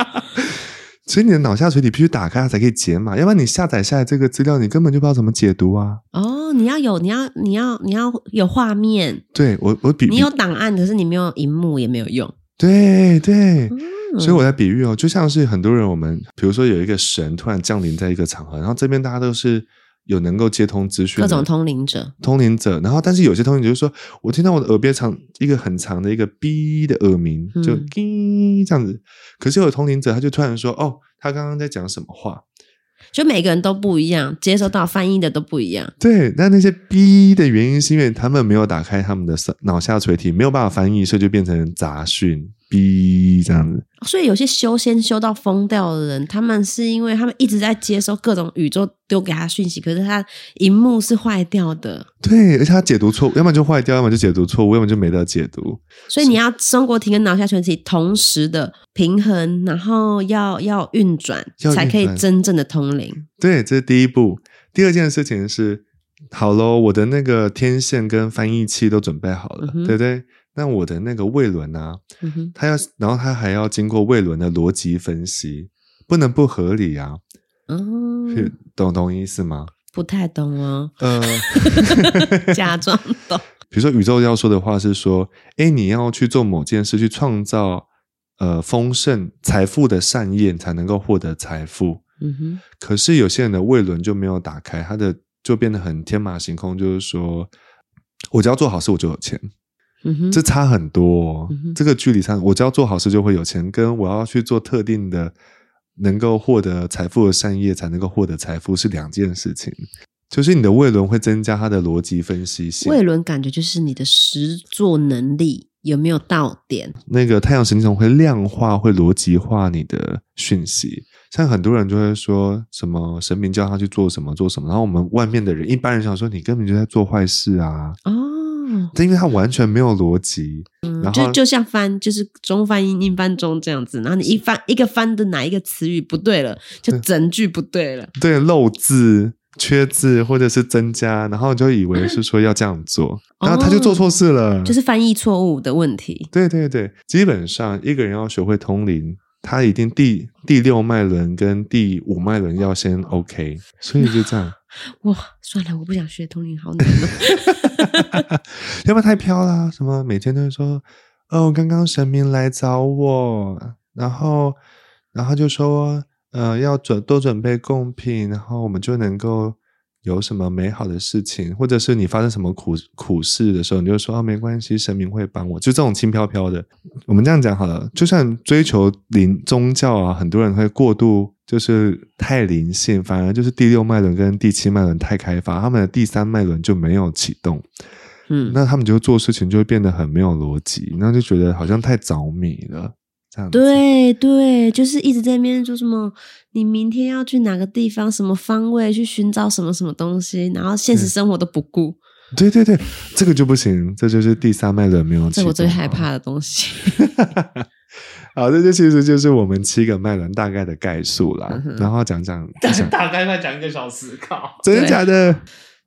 所以你的脑下垂体必须打开它才可以解码，要不然你下载下来这个资料，你根本就不知道怎么解读啊。
哦，你要有，你要，你要，你要有画面，
对我，我比
你有档案，可是你没有荧幕也没有用。
对对，
嗯
所以我在比喻哦，就像是很多人，我们比如说有一个神突然降临在一个场合，然后这边大家都是有能够接通资讯
各
的
种通灵者，
通灵者，然后但是有些通灵者就说，我听到我的耳边长一个很长的一个“哔”的耳鸣，就
嗯
“叮”这样子。可是有通灵者他就突然说，哦，他刚刚在讲什么话？
就每个人都不一样，接收到翻译的都不一样。
对，那那些 B 的原因是因为他们没有打开他们的上脑下垂体，没有办法翻译，所以就变成杂讯 B 这样子。
所以有些修仙修到疯掉的人，他们是因为他们一直在接收各种宇宙丢给他讯息，可是他荧幕是坏掉的，
对，而且他解读错，要么就坏掉，要么就解读错误，要么就没得解读。
所以你要中国体跟脑下垂体同时的平衡，然后要要运转，
要运转
才可以真正的通灵。
对，这是第一步。第二件事情是，好喽，我的那个天线跟翻译器都准备好了，
嗯哼
对不对？那我的那个胃轮啊，
嗯哼，
它要，然后它还要经过胃轮的逻辑分析，不能不合理啊，
嗯，
懂懂意思吗？
不太懂 哦，
呃。
假装懂。
比如说宇宙要说的话是说，哎，你要去做某件事，去创造呃丰盛财富的善业，你才能够获得财富。
嗯哼，
可是有些人的胃轮就没有打开，他的就变得很天马行空，就是说我只要做好事，我就有钱，
嗯哼，
这差很多、哦
嗯哼。
这个距离上，我只要做好事就会有钱，跟我要去做特定的能够获得财富的善业，才能够获得财富是两件事情。就是你的胃轮会增加它的逻辑分析性，
魏伦感觉就是你的实作能力有没有到点？
那个太阳神经丛会量化、会逻辑化你的讯息。像很多人就会说什么神明叫他去做什么做什么，然后我们外面的人一般人想说你根本就在做坏事啊，
哦，
但因为他完全没有逻辑，然
就
后
就像翻，就是中翻英，英翻中这样子。然后你一翻一个翻的哪一个词语不对了，就整句不对了。
对漏字、缺字或者是增加，然后就以为是说要这样做，然后他就做错事了，
嗯哦就是翻译错误的问题。
对对对，基本上一个人要学会通灵，他一定第第六脉轮跟第五脉轮要先 OK，所以就这样。
哇，算了，我不想学通灵，好难哦。
要不然太飘啦，什么每天都会说，哦，刚刚神明来找我，然后，然后就说，呃，要准多准备贡品，然后我们就能够有什么美好的事情，或者是你发生什么苦苦事的时候，你就说啊，没关系，神明会帮我，就这种轻飘飘的。我们这样讲好了，就算追求灵宗教啊，很多人会过度。就是太灵性，反而就是第六脉轮跟第七脉轮太开发，他们的第三脉轮就没有启动。
嗯，
那他们就做事情就会变得很没有逻辑，那就觉得好像太着迷了，这样子。
对对，就是一直在那边说什么，你明天要去哪个地方，什么方位去寻找什么什么东西，然后现
嗯
实生活都不顾，
对对对，这个就不行，这就是第三脉轮没有。
这我最害怕。的东西。
好，这就其实就是我们七个脉轮大概的概述啦，
嗯哼
然后 讲讲，
大
讲
大概快讲一个小时，靠！
真的假的？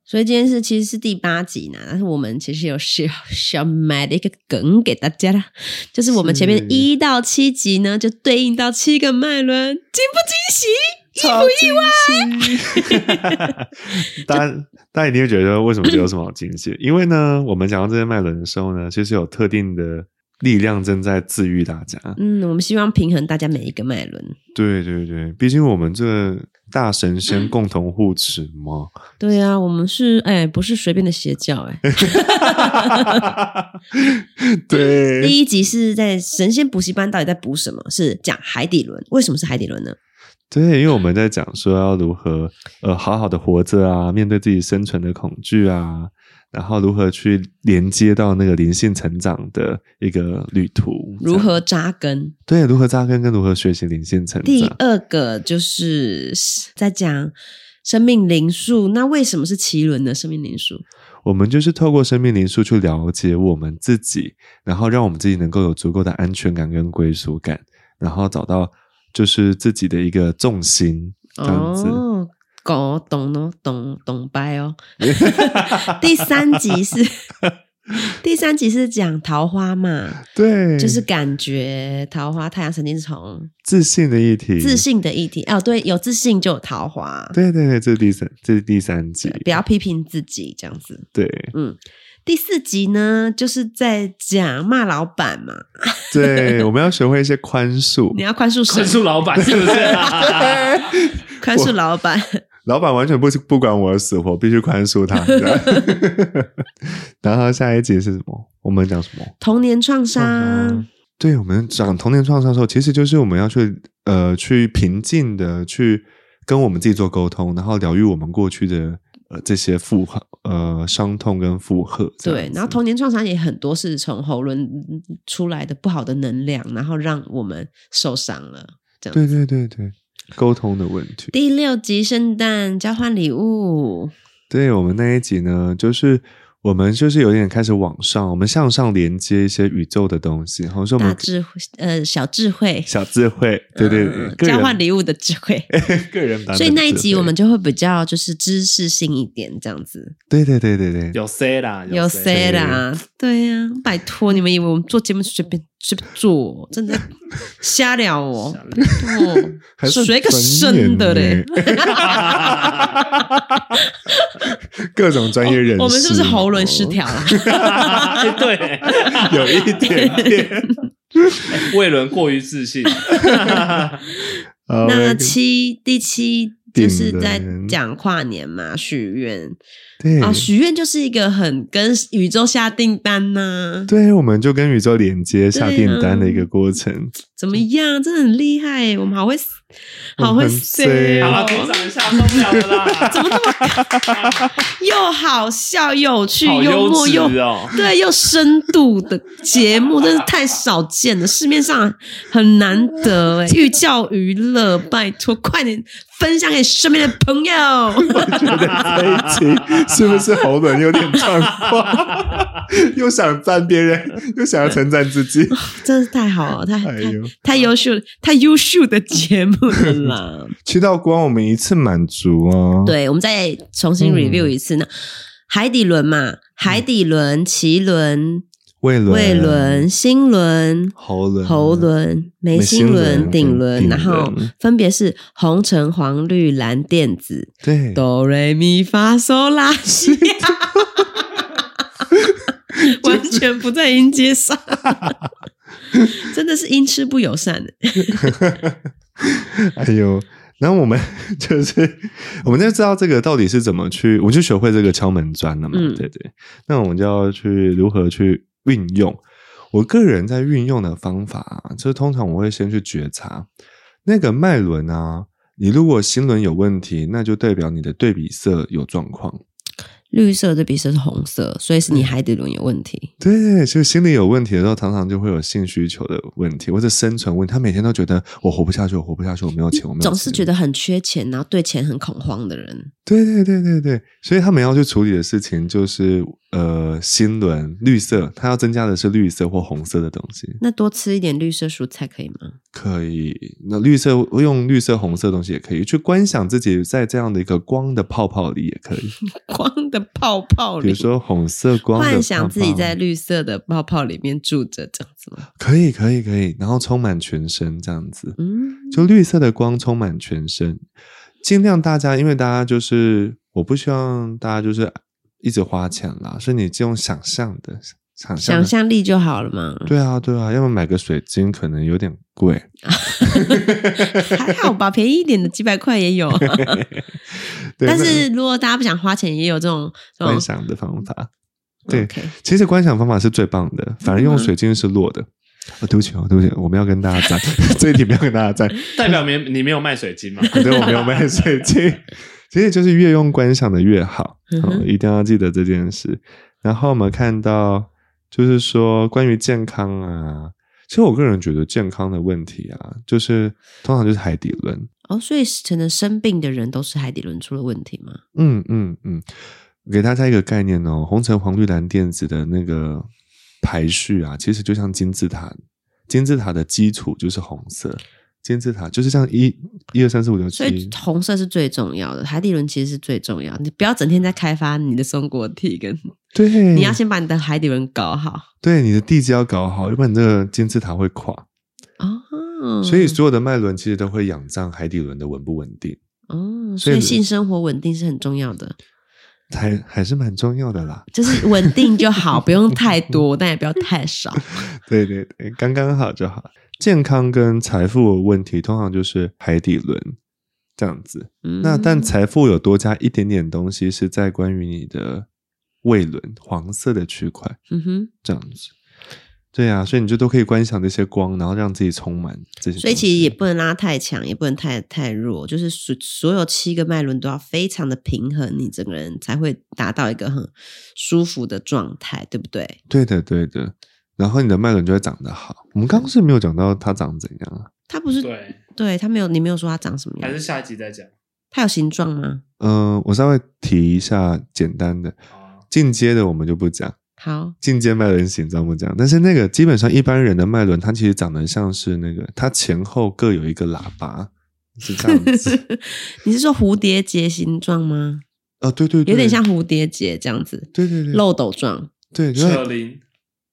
所以今天是其实是第八集呢，但是我们其实有小小埋的一个梗给大家啦，就是我们前面
是
一到七集呢，就对应到七个脉轮，惊不惊喜？
意不意外？ 大家大家一定会觉得为什么这有什么好惊喜？因为呢，我们讲到这些脉轮的时候呢，其实有特定的力量正在治愈大家。
嗯，我们希望平衡大家每一个脉轮。
对对对，毕竟我们这大神仙共同护持 嘛。
对啊，我们是哎，不是随便的邪教哎。
对，
第一集是在神仙补习班到底在补什么？是讲海底轮，为什么是海底轮呢？
对，因为我们在讲说要如何呃好好的活着啊，面对自己生存的恐惧啊，然后如何去连接到那个灵性成长的一个旅途，
如何扎根？
这样对如何扎根跟如何学习灵性成
第
长。
二个就是在讲生命灵数，那为什么是奇轮呢？生命灵数，
我们就是透过生命灵数去了解我们自己，然后让我们自己能够有足够的安全感跟归属感，然后找到就是自己的一个重心，这样子。
哦，搞懂哦，懂懂掰哦。 第三集是第三集是讲桃花嘛，
对，
就是感觉桃花、太阳神经丛、
自信的议题，
自。信的议题。哦，对，有自信就有桃花，
对对对，这是第三，这是第三集
对，。不要批评自己这样子。
对
嗯，第四集呢，就是在讲骂老板嘛，
对，我们要学会一些宽恕啊
你。要宽恕谁
宽？恕老 板是不是、
宽恕老板。
老板完全不不管我的死活，必须宽恕他。这样 然后下一集是什么？我们讲什么？
童年创
嗯
伤，
对，我们讲童年创伤的时候，其实就是我们要去呃去平静的去跟我们自己做沟通，然后疗愈我们过去的呃这些负荷呃伤痛跟负荷这样
对
子。，
然后童年创伤也很多是从喉轮出来的不好的能量，然后让我们受伤了。这样
对对对对沟通的问题。
第六集圣诞交换礼物，
对我们那一集呢，就是我们就是有点开始往上，我们向上连接一些宇宙的东西，好像说我
大
们
智慧呃小智慧，
小智慧，对对对，
嗯
个人
交换礼物的智慧。
个人版本的智慧，
所以那一集我们就会比较就是知识性一点，这样子
对对对对对，
有 C 啦，
有
谁
谁啦？对呀、拜托你们以为我们做节目随便随便做，真的瞎聊 哦。
还
哦，
是
学个
专
深
业
的嘞
呢，各种专业人士，
哦
哦
我们是不是喉轮失？调了？
对，
有一点 点。
魏伦过于自信，
好
那
个
七第七就是在
顶人
讲跨年嘛，许愿
对
啊，许愿就是一个很跟宇宙下订单呐、
对，我们就跟宇宙连接下
对啊
订单的一个过程。
怎么样？真的很厉害耶，我们好会，
嗯我
好会
们很
say
衰
好
哦
了，鼓掌一下，受不了了 啦，怎么
又好笑又有趣，
好
幽
啊
优
默
质
又
哦？
对又深度的节目，真是太少见了，市面上很难得哎，寓教于乐，拜托，快点分享给身边的朋友。
觉得这一
嗯
集是不是喉咙有点状 况？又想赞别人，又想要称赞自己。
真是太好了，太太
哎呦，
太优秀、太优秀的节目了 啦！
七道光我们一次满足哦。，
对，我们再重新
嗯
review 一次呢。海底轮嘛，海底轮、脐轮、
胃嗯轮、
胃轮、心轮、
喉轮、
喉轮、眉
眉
心
心
轮、
轮
顶
跟
轮，
顶
然后
轮
分别是红、橙、黄、绿、蓝、靛、紫、
对，
哆、瑞、咪、发、嗦、拉、西。 完全不在音阶上，真的是音痴不友善的。
哎呦，然后我们 就是，我们就知道这个到底是怎么去，我们就学会这个敲门砖了嘛，
嗯
对对。那我们就要去如何去运用。我个人在运用的方法啊、就是通常我会先去觉察那个脉轮啊，你如果心轮有问题，那就代表你的对比色有状况。
绿色的鼻色是红色，所以是你海底轮有问题。
对，就心理有问题的时候，常常就会有性需求的问题，或者生存问题。他每天都觉得我活不下去，我活不下去，我没有钱，我没有钱。
总是觉得很缺钱，然后对钱很恐慌的人，
对对对对对，所以他们要去处理的事情就是呃，新轮绿色，它要增加的是绿色或红色的东西，
那多吃一点绿色蔬菜可以吗？
可以。那绿色用绿色、红色的东西也可以去观想自己在这样的一个光的泡泡里也可以，
光的泡泡
比
里，
如说红色光的泡泡，
幻想自己
啊
在绿色的泡泡里面住着，这样子吗？
可以可以可以，然后充满全身这样子，
嗯，
就绿色的光充满全身，尽量大家，因为大家就是我不希望大家就是一直花钱啦，所以你就用想象的想象
想
的。
象力就好了 嘛。
对啊，对啊，要么买个水晶可能有点贵，
还好吧，便宜一点的几百块也有。
对
但是如果大家不想花钱，也有这种这种嗯
那观赏的方法，对
OK，
其实观赏方法是最棒的，反而用
嗯
水晶是弱的。啊，对不起哦，对不起，我们要跟大家讲 这一题，不要跟大家讲，
代表没你没有卖水 晶嘛？
对，我没有卖水晶。 其实就是越用观赏的越好，
嗯
嗯
哼
一定要记得这件事。然后我们看到，就是说关于健康啊，其实我个人觉得健康的问题啊，就是通常就是海底轮，
哦，所以可能生病的人都是海底轮出了问题吗？
嗯嗯嗯，给大家一个概念哦，红橙黄绿蓝靛紫的那个排序啊，其实就像金字塔，金字塔的基础就是红色，金字塔就是像一一二三四五六
所以
七，
红色是最重要的，海底轮其实是最重要的。你不要整天在开发你的松果体跟，
对，
你要先把你的海底轮搞好
对你的地基要搞好，要不然你这个金字塔会垮。
哦。
所以所有的脉轮其实都会仰仗海底轮的稳不稳定，
哦，
所
所
以
以性生活稳定是很重要的，
还还是蛮重要的啦。
就是稳定就好， 不用太多，但也不要太少。
对对对，刚刚好就好。健康跟财富的问题，通常就是海底轮这样子。
嗯
那但财富有多加一点点东西，是在关于你的胃轮黄色的区块
嗯哼。
这样子。对啊，所以你就都可以观想这些光，然后让自己充满这些东西。
所以其实也不能拉太强，也不能太太弱，就是所所有七个脉轮都要非常的平衡，你整个人才会达到一个很舒服的状态，对不对？
对的对的，然后你的脉轮就会长得好。我们刚刚是没有讲到它长怎样啊？
它不是
对，
对它没有，你没有说它长什么
还是
样，
下一集再讲
它有形状吗？
嗯、我稍微提一下简单的，
啊？
进阶的我们就不讲。
好，
进阶脉轮形状不讲，但是那个基本上一般人的脉轮，它其实长得像是那个，它前后各有一个喇叭，是这样 子。
你是说蝴蝶结形状吗？
哦，对对对，
有点像，蝴蝶结这样子，
对对对，
漏斗状，
对，就是
扯铃，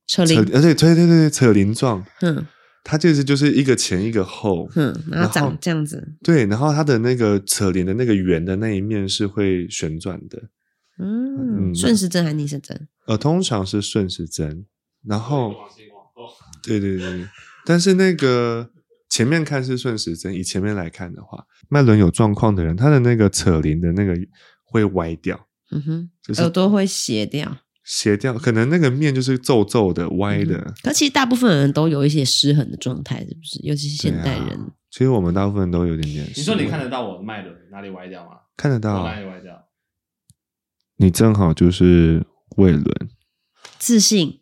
车
扯，
铃，
而且对对对对，扯铃状，
哼
它就是就是一个前一个后，
哼，然
然后
后长这样子，
对，然后它的那个扯铃的那个圆的那一面是会旋转的，嗯
嗯，顺时针还是逆时针？
呃，通常是顺时针，然后对对对，对但是那个前面看是顺时针，以前面来看的话，脉轮有状况的人，他的那个扯铃的那个会歪掉，
嗯哼
就，是
呃
耳朵会斜掉。
斜掉，可能那个面就是皱皱的、歪的。
嗯可其实大部分人都有一些失衡的状态，是不是？尤其是现代
对
人，
啊其实我们大部分都有点点。
你说你看得到我脉轮哪里歪掉吗？
看得
我
到
哪，里歪掉？
你正好就是胃轮，
自信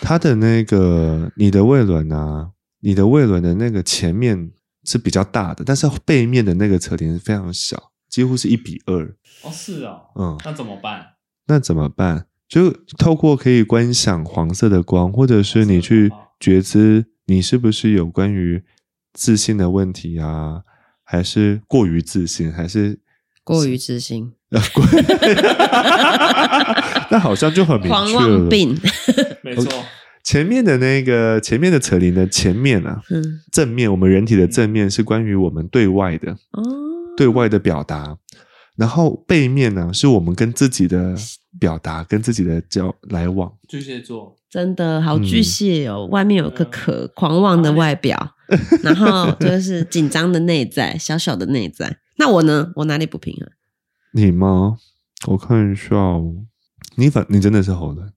它的那个你的胃轮啊，你的胃轮的那个前面是比较大的，但是背面的那个扯铃是非常小，几乎是一比二。
哦，是哦，
嗯，
那怎么办？
那怎么办？就透过可以观想黄色的光，或者是你去觉知你是不是有关于自信的问题啊，还是过于自信，还是
过于自信，
呃过？那好像就很明
狂
确
妄
了。
病。
没错，
前面的那个前面的扯铃的前面啊，
嗯，
正面我们人体的正面是关于我们对外的
哦，
对外的表达，然后背面呢、是我们跟自己的表达，跟自己的交来往。
巨蟹座，
真的
嗯
好巨蟹哦，外面有个壳，狂妄的外 表，然后就是紧张的内在，小小的内在。那我呢？我哪里不平啊衡？
你吗？我看一下哦。你反你真的是喉轮，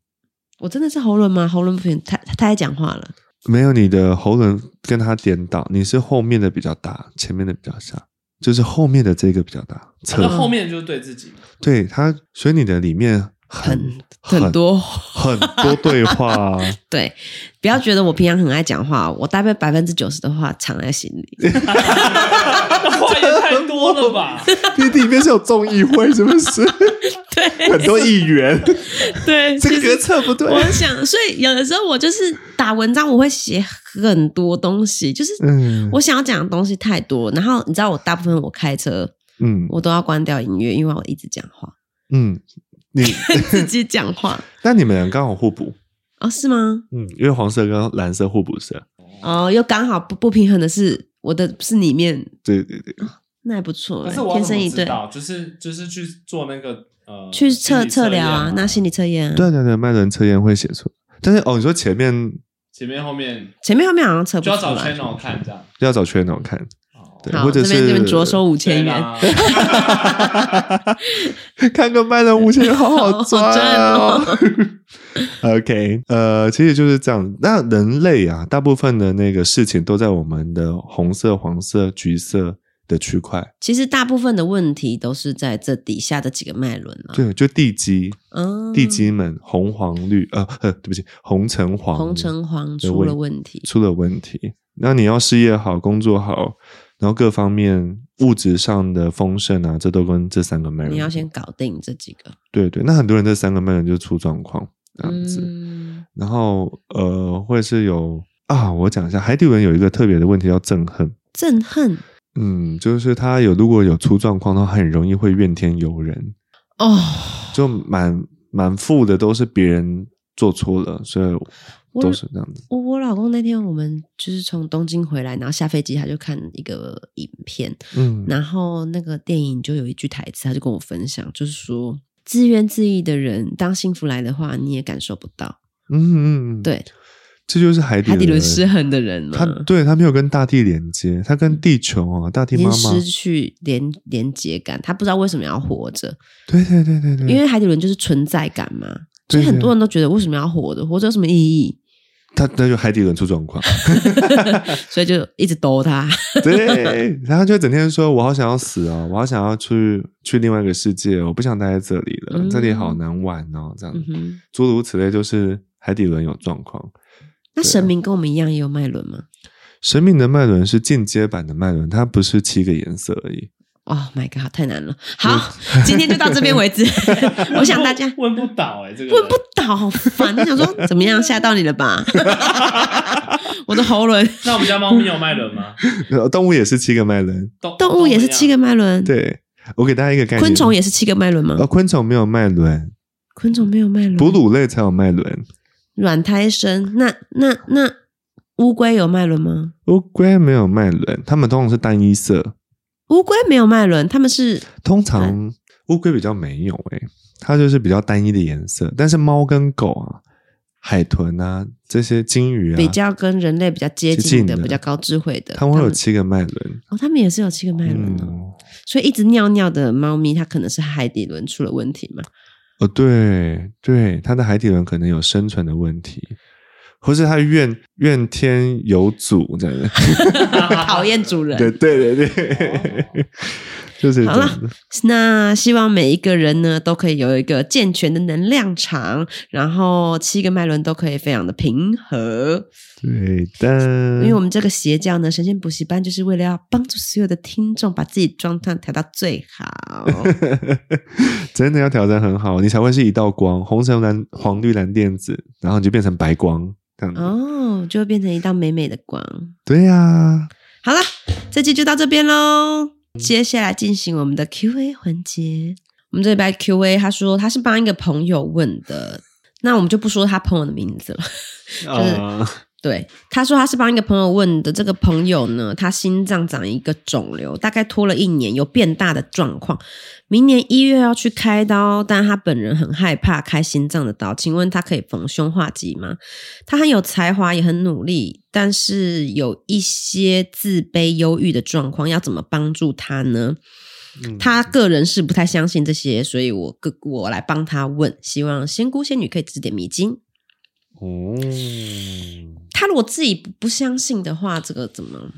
我真的是喉轮吗？喉轮不平衡，太太爱讲话了。
没有你的喉轮跟它颠倒，你是后面的比较大，前面的比较小，就是后面的这个比较大，
那
侧
后面就是对自己嘛。
对它，所以你的里面很
很多
很多对 话啊，
对，不要觉得我平常很爱讲话，我大概百分之九十的话藏在心里。
那话也太多了 吧？
你里面是有众议会是不是？
对，
很多议 员，
对，
这
其
个
实
决策不
我
对。
想，所以有的时候我就是打文章，我会写很多东西，就是
嗯
我想要讲的东西太多。然后你知道，我大部分我开车，
嗯
我都要关掉音乐，因为我一直讲 话，
嗯，你
自己讲话。
那你们俩刚好互补，
哦，是吗？
嗯，因为黄色跟蓝色互补色，
哦，又刚好不不平衡的是我的是里面，
对对
嗯
对，
那还不错、
可
欸
是我要
天
怎
生
么
一
知
对。
道？就是就是去做那个呃，
去
心
测
理
测
验
量啊，那心理测验、啊，
对对对，麦伦测验会写出。但是哦，你说前面
前面后面
前面后面好像测不
就
出
要找
来。
channel 看这样。
要找 channel 看，
哦
对
好，
或者
这边这边
是
着收五千元，
对啦
看个麦的五千元好好赚哦。OK，呃，
哦
其实就是这样。那人类啊，大部分的那个事情都在我们的红色、黄色、橘色的区块，
其实大部分的问题都是在这底下的几个脉轮啊。
对，就地基、
嗯，
地基们，红、黄、绿，呃呃，对不起，红、橙、黄，
红橙黄
的
出
问
了问题，
出了问题。那你要事业好、工作好，然后各方面物质上的丰盛啊，这都跟这三个脉轮。
你要先搞定这几个。
对对，那很多人这三个脉轮就出状况这样子。
嗯，
然后呃，或者是有啊，我讲一下，海底轮有一个特别的问题叫憎恨，
憎恨
嗯，就是他有如果有出状况的话，很容易会怨天尤人，
哦，
就满满腹的都是别人做错了，所以
我
都是这样子。
我我老公那天我们就是从东京回来，然后下飞机他就看一个影片，
嗯，
然后那个电影就有一句台词，他就跟我分享，就是说自怨自艾的人，当幸福来的话，你也感受不到。
嗯嗯嗯，，
对，
这就是海底
海底轮失衡的人嘛
嗯他，对他没有跟大地连接，他跟地球啊，大地
已
妈
经
妈，
失去连连接感，他不知道为什么要活着，
对对对对对，
因为海底轮就是存在感嘛，所
嗯对
以很
对
多人都觉得为什么要活着，活着有什么意义？
他那就海底轮出 状况，
所以就一直兜他。
对，然后就整天说：“我好想要死哦，我好想要去去另外一个世界，我不想待在这里了，
嗯
这里好难玩哦。”这样，
嗯哼，
诸如此类，就是海底轮有状况。
那
啊
神明跟我们一样也有脉轮吗
神明的脉轮是进阶版的脉轮，它不是七个颜色而已。
？Oh my god，太难了。好，今天就到这边为 止。我想大家
问不倒哎，这个
问不
人
倒，好烦。啊我想说怎么样，吓到你了吧？ 我的喉轮，
那我们家猫咪有脉 轮吗？
呃动物也是七个脉轮，
动
动物也是七个，脉轮，，
对我给大家一个概念。
昆虫也是七个脉轮吗
呃，？昆虫没有脉轮，
昆虫没有脉轮，
哺乳类才有脉轮，
软胎生。那那那乌龟有脉轮吗？
乌龟没有脉轮，它们通常是单一色。
乌龟没有脉轮，它们是
通常乌龟比较没有诶、它就是比较单一的颜色。但是猫跟狗啊、海豚啊这些鲸鱼啊，
比较跟人类比较接
接近
近的，
的
比较高智慧的。
它们会有
它们
七个脉轮。
哦，他们也是有七个脉轮的。
嗯，
所以一直尿尿的猫咪，它可能是海底轮出了问题嘛？
哦，对对，它的海底轮可能有生存的问题，或是它怨怨天尤主这 样的。
讨厌主人。
对对对对， 就是这
哦好啦
样。
那希望每一个人呢，都可以有一个健全的能量场，然后七个脉轮都可以非常的平和。
对的，
因为我们这个邪教呢，神仙补习班就是为了要帮助所有的听众把自己状态调到最好。
真的要挑战很好，你才会是一道光，红橙蓝黄绿蓝靛紫，然后你就变成白光这样子。
哦，就会变成一道美美的光。
对呀、
好了，这期就到这边喽。接下来进行我们的 Q&A 环节。我们这礼拜 Q&A，他说他是帮一个朋友问的，那我们就不说他朋友的名字了。
啊，
对，他说他是帮一个朋友问的，这个朋友呢，他心脏长一个肿瘤，大概拖了一年，有变大的状况，明年一月要去开刀，但他本人很害怕开心脏的刀，请问他可以逢凶化吉吗？他很有才华，也很努力，但是有一些自卑、忧郁的状况，要怎么帮助他呢？
嗯
他个人是不太相信这些，所以我个我来帮他问，希望仙姑仙女可以指点迷津。
哦，
他如果自己不不相信的话，这个怎么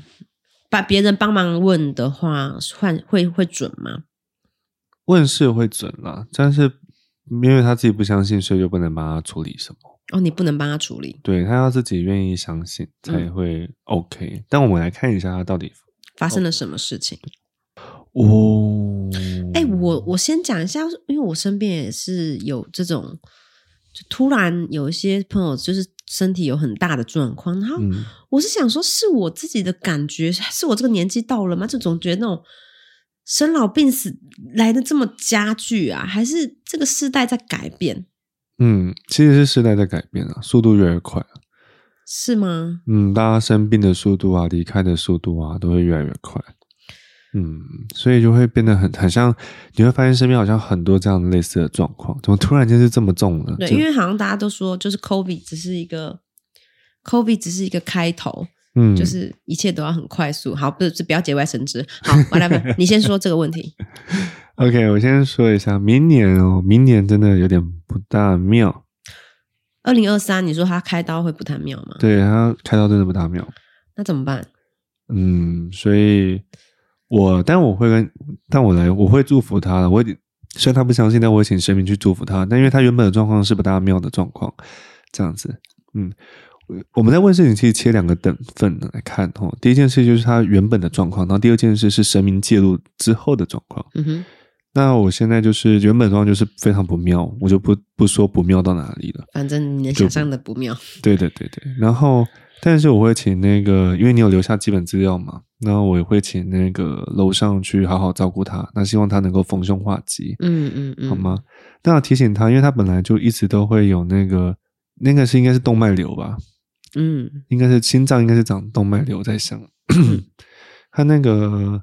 把别人帮忙问的话，换会会准吗？
问世会准啦，但是因为他自己不相信，所以就不能帮他处理什么。
哦，你不能帮他处理，
对他要自己愿意相信才
嗯
会 OK、但我们来看一下他到底
发生了什么事情？
哦，
哎、我我先讲一下，因为我身边也是有这种，就突然有一些朋友就是身体有很大的状况，然后
嗯，
我是想说，是我自己的感觉，是我这个年纪到了吗？就总觉得那种生老病死来的这么加剧啊，还是这个世代在改变，
嗯，其实是时代在改变啊，速度越来越快。
是吗？
嗯，大家生病的速度啊，离开的速度啊，都会越来越快。嗯，所以就会变得很很像，你会发现身边好像很多这样类似的状况，怎么突然间是这么重了？
对，
就
因为好像大家都说，就是 COVID 只是一个 COVID 只是一个开头，
嗯，
就是一切都要很快速。好，不是不要节外生枝。好，完了 没？你先说这个问题。
OK，我先说一下，明年哦，明年真的有点不大妙，
二零二三，你说他开刀会不太妙吗？
对，它开刀真的不大妙，
那怎么办？
嗯，所以我，但我会跟，但我来，我会祝福他的。我已虽然他不相信，但我会请神明去祝福他。但因为他原本的状况是不大妙的状况，这样子，嗯，我我们在问事情其实切两个等份来看哦。第一件事就是他原本的状况，然后第二件事是神明介入之后的状况。
嗯哼，
那我现在就是原本的状况就是非常不妙，我就不不说不妙到哪里了。
反正你能想象的不妙。
对对对对，然后但是我会请那个，因为你有留下基本资料嘛，那我也会请那个楼上去好好照顾他，那希望他能够逢凶化吉，
嗯嗯嗯，
好？吗？那提醒他，因为他本来就一直都会有那个，那个是应该是动脉瘤吧，
嗯
应该是心脏应该是长动脉瘤在想， 他那个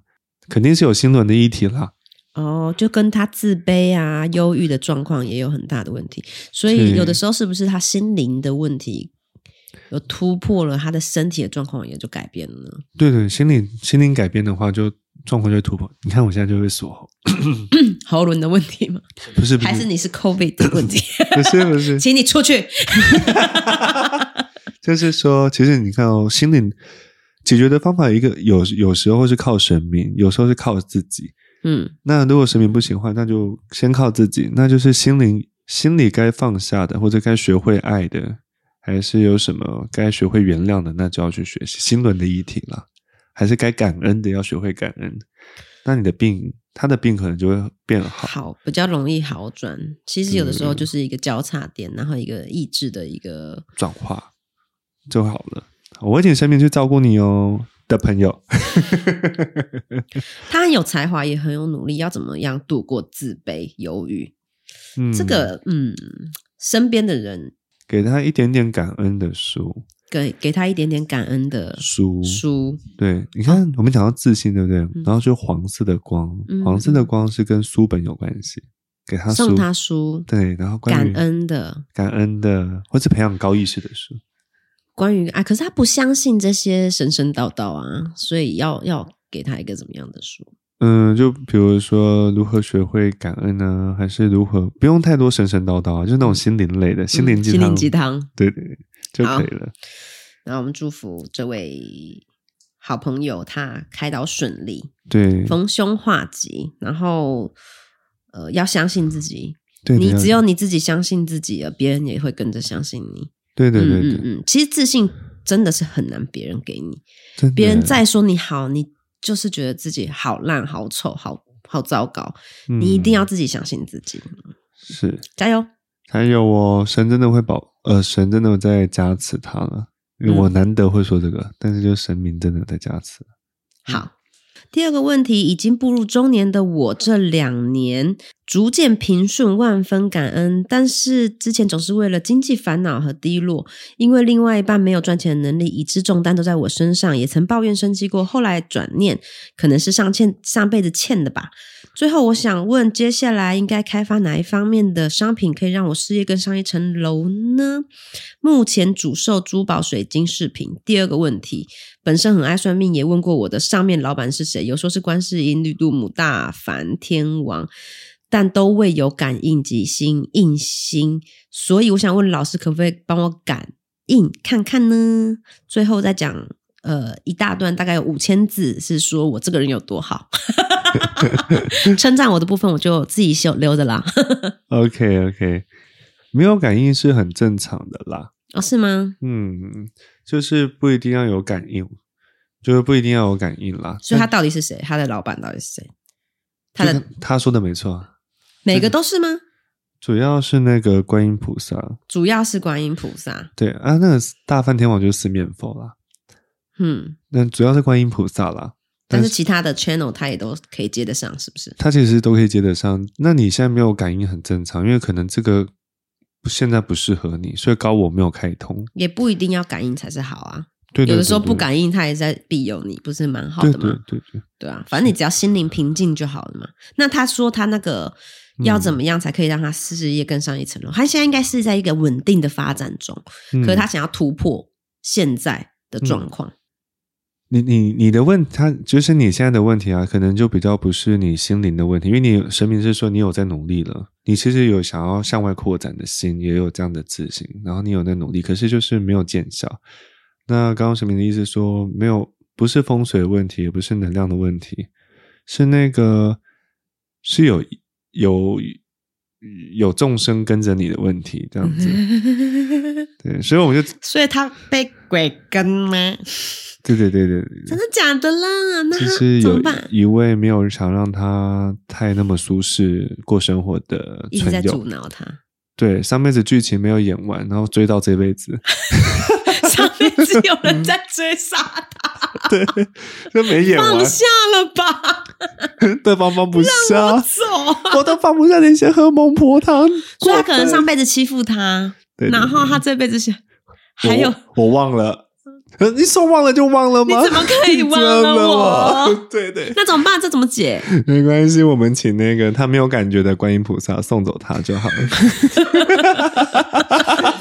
肯定是有心轮的议题啦，
哦，就跟他自卑啊、忧郁的状况也有很大的问题。所以
是
有的时候是不是他心灵的问题有突破了，他的身体的状况也就改变了呢？
对对，心理心灵改变的话就。状况就会突破，你看我现在就会锁喉，
喉咙的问题吗？
不是不
还是
是
你是 COVID 的问题？
不是不是，
请你出去。
就是说，其实你看哦，心灵解决的方法，一个有有时候是靠神明，有时候是靠自己。
嗯
那如果神明不行的话，那就先靠自己。那就是心灵心里该放下的，或者该学会爱的，还是有什么该学会原谅的，那就要去学习心轮的议题啦。还是该感恩的，要学会感恩。那你的病，他的病可能就会变好。
好，比较容易好转。其实有的时候
嗯
就是一个交叉点，然后一个意志的一个
转化就好了。我会请神明去照顾你哦的朋友。
他很有才华，也很有努力，要怎么样度过自卑、忧郁？
嗯，
这个嗯，身边的人
给他一点点感恩的书
给给他一点点感恩的
书
呃书，啊
对，你看，我们讲到自信，对不对？
嗯
然后就黄色的光，
嗯
黄色的光是跟书本有关系，给他书，
送他书，
对，然后关
感
于
恩的
感恩的，或是培养高意识的书，
关于啊爱。可是他不相信这些神神道道啊，所以要要给他一个怎么样的书？
嗯，就比如说如何学会感恩呢？还是如何不用太多神神叨叨啊，就是那种心灵类的心灵
嗯
鸡
心
汤，
灵鸡汤。
对对对就
好
可以了。
然后我们祝福这位好朋友他开刀顺利，
对
逢凶化吉，然后呃要相信自己，
对，
你
对
只有你自己相信自己了，别人也会跟着相信你。
对对对
嗯嗯
对，
嗯，其实自信真的是很难别人给你，
真的
别人再说你好，你就是觉得自己好烂、好丑、好好糟糕，你一定要
嗯
自己相信自己，
是
加油！
还有哦，神真的会保，呃，神真的有在加持他了。因为我
嗯
难得会说这个，但是就神明真的有在加持。
好，第二个问题，已经步入中年的我，这两年逐渐平顺，万分感恩。但是之前总是为了经济烦恼和低落，因为另外一半没有赚钱的能力，以致重担都在我身上，也曾抱怨生气过。后来转念，可能是上欠上辈子欠的吧。最后，我想问，接下来应该开发哪一方面的商品可以让我事业更上一层楼呢？目前主售珠宝、水晶饰品。第二个问题，本身很爱算命，也问过我的上面老板是谁，有说是观世音、绿度母、大梵天王，但都未有感应吉星、印星，所以我想问老师，可不可以帮我感应看看呢？最后再讲。呃，一大段大概有五千字，是说我这个人有多好，称赞我的部分我就自己修留着啦。
OK OK，没有感应是很正常的啦。
哦，是吗？
嗯，就是不一定要有感应，就是不一定要有感应啦。
所以他到底是谁？他的老板到底是谁？他
就
的
跟他说的没错啊，
每个都是吗？
主要是那个观音菩萨。
主要是观音菩萨。
对啊，那个大梵天王就是四面佛啦，
嗯，
那主要是观音菩萨啦。
但是其他的 channel 他也都可以接得上，是不是？
它其实都可以接得上。那你现在没有感应很正常，因为可能这个不现在不适合你，所以高我没有开通。
也不一定要感应才是好啊。
对对
有
对
的时候
对
不感应，他也在庇佑你，不是蛮好
对
的吗？
对对对，
对啊，反正你只要心灵平静就好了嘛。那他说他那个
嗯
要怎么样才可以让他事业更上一层楼？他现在应该是在一个稳定的发展中，
嗯
可是他想要突破现在的状况。
你你你的问他就是你现在的问题啊，可能就比较不是你心灵的问题，因为你神明是说你有在努力了，你其实有想要向外扩展的心，也有这样的自信，然后你有在努力，可是就是没有见效。那刚刚神明的意思说，没有不是风水的问题，也不是能量的问题，是那个是有有有众生跟着你的问题，这样子。
嗯
嗯对，所以我们就
所以他被鬼跟吗？
对对对对，对
真的假的啦？那
其实
他怎
有
么办？
一位没有想让他太那么舒适过生活的
一直在
存
阻
友，
挠他。
对上辈子剧情没有演完，然后追到这 辈子，
上面是有人在追杀他，
就没演完
放，下了吧，
对方放不下，
走啊！
我都放不下那些喝孟婆汤，
所以他可能上辈子欺负他，
对对
然后他这辈子想，
我
还有
我忘了，呃你说忘了就忘了吗？
你怎么可以忘了
真的吗
我？
对 对，
那怎么办？这怎么解？
没关系，我们请那个他没有感觉的观音菩萨送走他就 好了。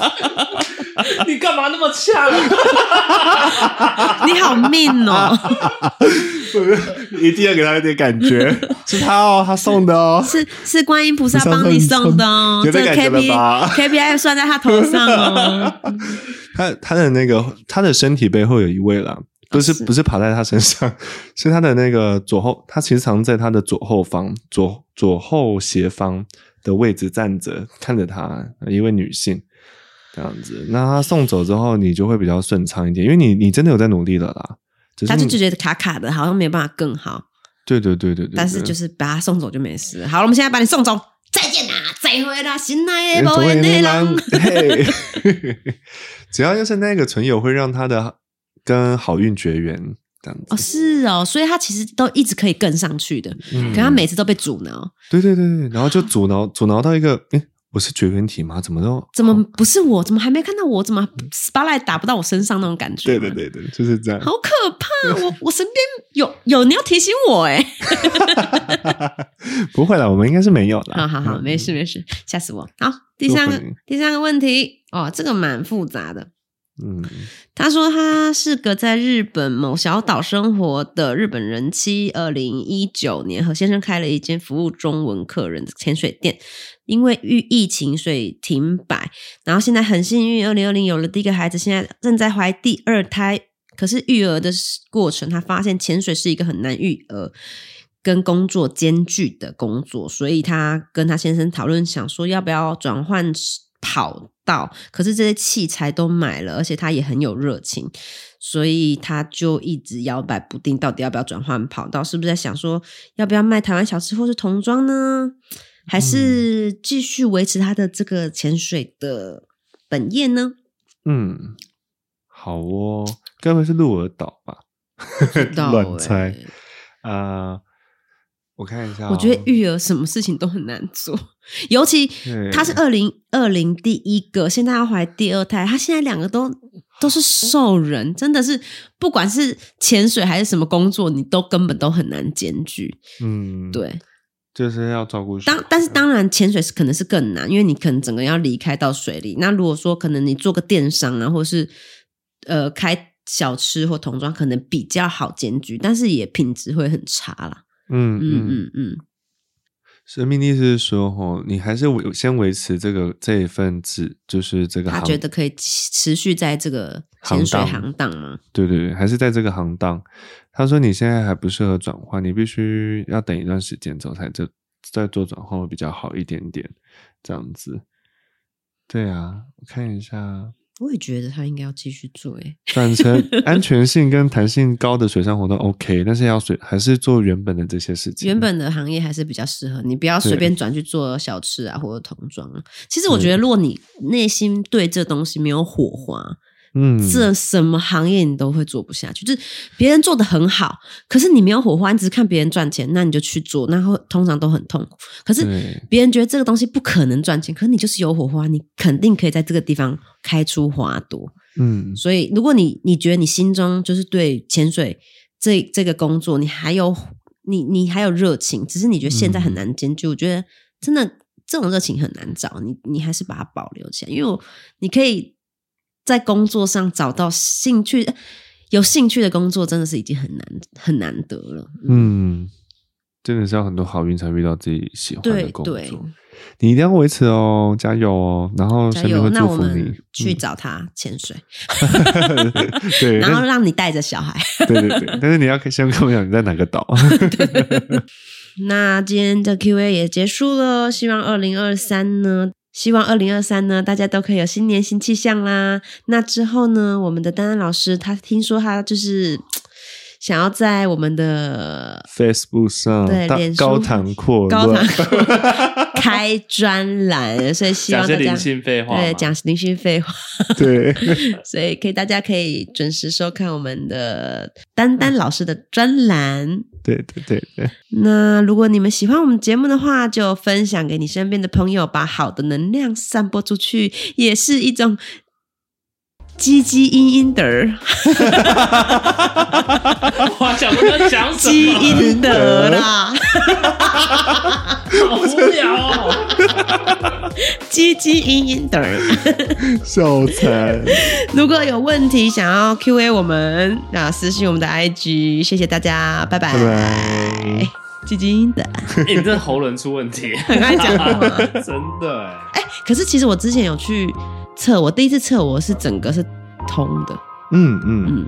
你干嘛那么呛？啊
你好命哦！
一定要给他一点感 觉，是他哦，他送的哦。
是是观音菩萨帮你送的哦，
有
这
这
个
感觉了
K P
吧
K P I 算在他头上哦。
他他的那个他的身体背后有一位啦，不是、
哦是
不是爬在他身上，是他的那个左后，他其实常在他的左后方左左后斜方的位置站着，看着他一位女性这样子。那他送走之后，你就会比较顺畅一点，因为你你真的有在努力了啦。只是
他
你
就就觉得卡卡的，好像没有办法更好，
对对对对对，
但是
对
就是把他送走就没事。好了，我们现在把你送走，再见啦，再会啦，新来
哎
的
总
无
会
缘的
那
人。
个嘿，只要就是那个存友会让他的跟好运绝缘，这样子。
哦，是哦，所以他其实都一直可以更上去的，
嗯
可他每次都被哦阻挠，
对对对对，然后就阻挠阻挠到一个，哎，我是绝缘体吗？怎么都
怎么不是我？怎么还没看到我？怎么 spotlight 打不到我身上那种感觉？
对对，对对，就是这样。
好可怕！ 我我身边有有你要提醒我哎，
不会啦，我们应该是没有啦。
好好好，
嗯
没事没事，吓死我。好，第三
多
个
亏你
第三个问题哦，这个蛮复杂的。
嗯，
他说他是个在日本某小岛生活的日本人妻。二零一九年和先生开了一间服务中文客人的潜水店，因为遇疫情所以停摆。然后现在很幸运，二零二零有了第一个孩子，现在正在怀第二胎。可是育儿的过程，他发现潜水是一个很难育儿跟工作兼具的工作，所以他跟他先生讨论，想说要不要转换跑道。可是这些器材都买了，而且他也很有热情，所以他就一直摇摆不定，到底要不要转换跑道？是不是在想说要不要卖台湾小吃或是童装呢？还是继续维持他的这个潜水的本业呢？
嗯，好哦，该不会是鹿儿岛吧？乱猜啊、我看一下哦、
我觉得育儿什么事情都很难做，尤其
对
她是二零二零第一个，现在要怀第二胎，她现在两个都都是兽人，真的是不管是潜水还是什么工作，你都根本都很难兼具。
嗯，，
对，
就是要照顾小
当但是
孩
当然潜水是可能是更难，因为你可能整个要离开到水里。那如果说可能你做个电商啊，或是呃开小吃或童装，可能比较好兼具，但是也品质会很差啦。
嗯
嗯
嗯嗯，
嗯嗯，
生命力是说哦，你还是维先维持这个这一份子，就是这个
他
行
觉得可以持持续在这个潜水
行
行当吗？
对对对，还是在这个行当。他说你现在还不适合转换，你必须要等一段时间之后才这再做转换会比较好一点点，这样子。对啊，我看一下，
我也觉得他应该要继续做、欸，
转 成安全性跟弹性高的水上活动 OK，但是要水还是做原本的这些事情。
原本的行业还是比较适合你，不要随便转去做小吃啊或者童装啊。其实我觉得，如果你内心对这东西没有火花，
嗯，
这什么行业你都会做不下去，就是别人做的很好，可是你没有火花，你只是看别人赚钱，那你就去做，那会通常都很痛苦。可是
对
别人觉得这个东西不可能赚钱，可是你就是有火花，你肯定可以在这个地方开出花朵。
嗯
所以，如果你你觉得你心中就是对潜水这这个工作，你还有你你还有热情，只是你觉得现在很难兼具，我觉得真的这种热情很难找，你你还是把它保留起来，因为我你可以在工作上找到兴趣，有兴趣的工作真的是已经很难很难得了。
嗯，真的是要很多好运才遇到自己喜欢的
对
工作。
对，
你一定要维持哦，加油哦！然后
加
身边
油！
会
那
祝
我
福你
们。去找他潜水，
嗯对，
然后
但
让你带着小孩。
对对对，但是你要先跟我讲你在哪个岛。
那今天的 Q&A 也结束了，希望二零二三呢，希望二零二三呢，大家都可以有新年新气象啦。那之后呢，我们的丹丹老师他听说他就是想要在我们的
Facebook 上
哦
对
大
脸书
高谈阔
高
论
堂，开专栏，所以 希
讲
望
些
大
灵
家
性废话嘛，
对讲零星废话，
对，
所以可以大家可以准时收看我们的丹丹老师的专栏。
对对对对，
那如果你们喜欢我们节目的话，就分享给你身边的朋友，把好的能量散播出去，也是一种积积阴阴的儿
我想说在讲什
积
么，
阴德啦，
好无 聊哦。
积积阴阴的儿。
笑惨，
如果有问题想要 Q&A 我们，那私信我们的 IG，谢谢大家，拜拜。
拜拜。
积积阴德，
欸你这喉咙出 问题，
很爱讲话。
真的欸
哎、可是其实我之前有去测，我第一次测我是整个是通的，
嗯嗯，
嗯，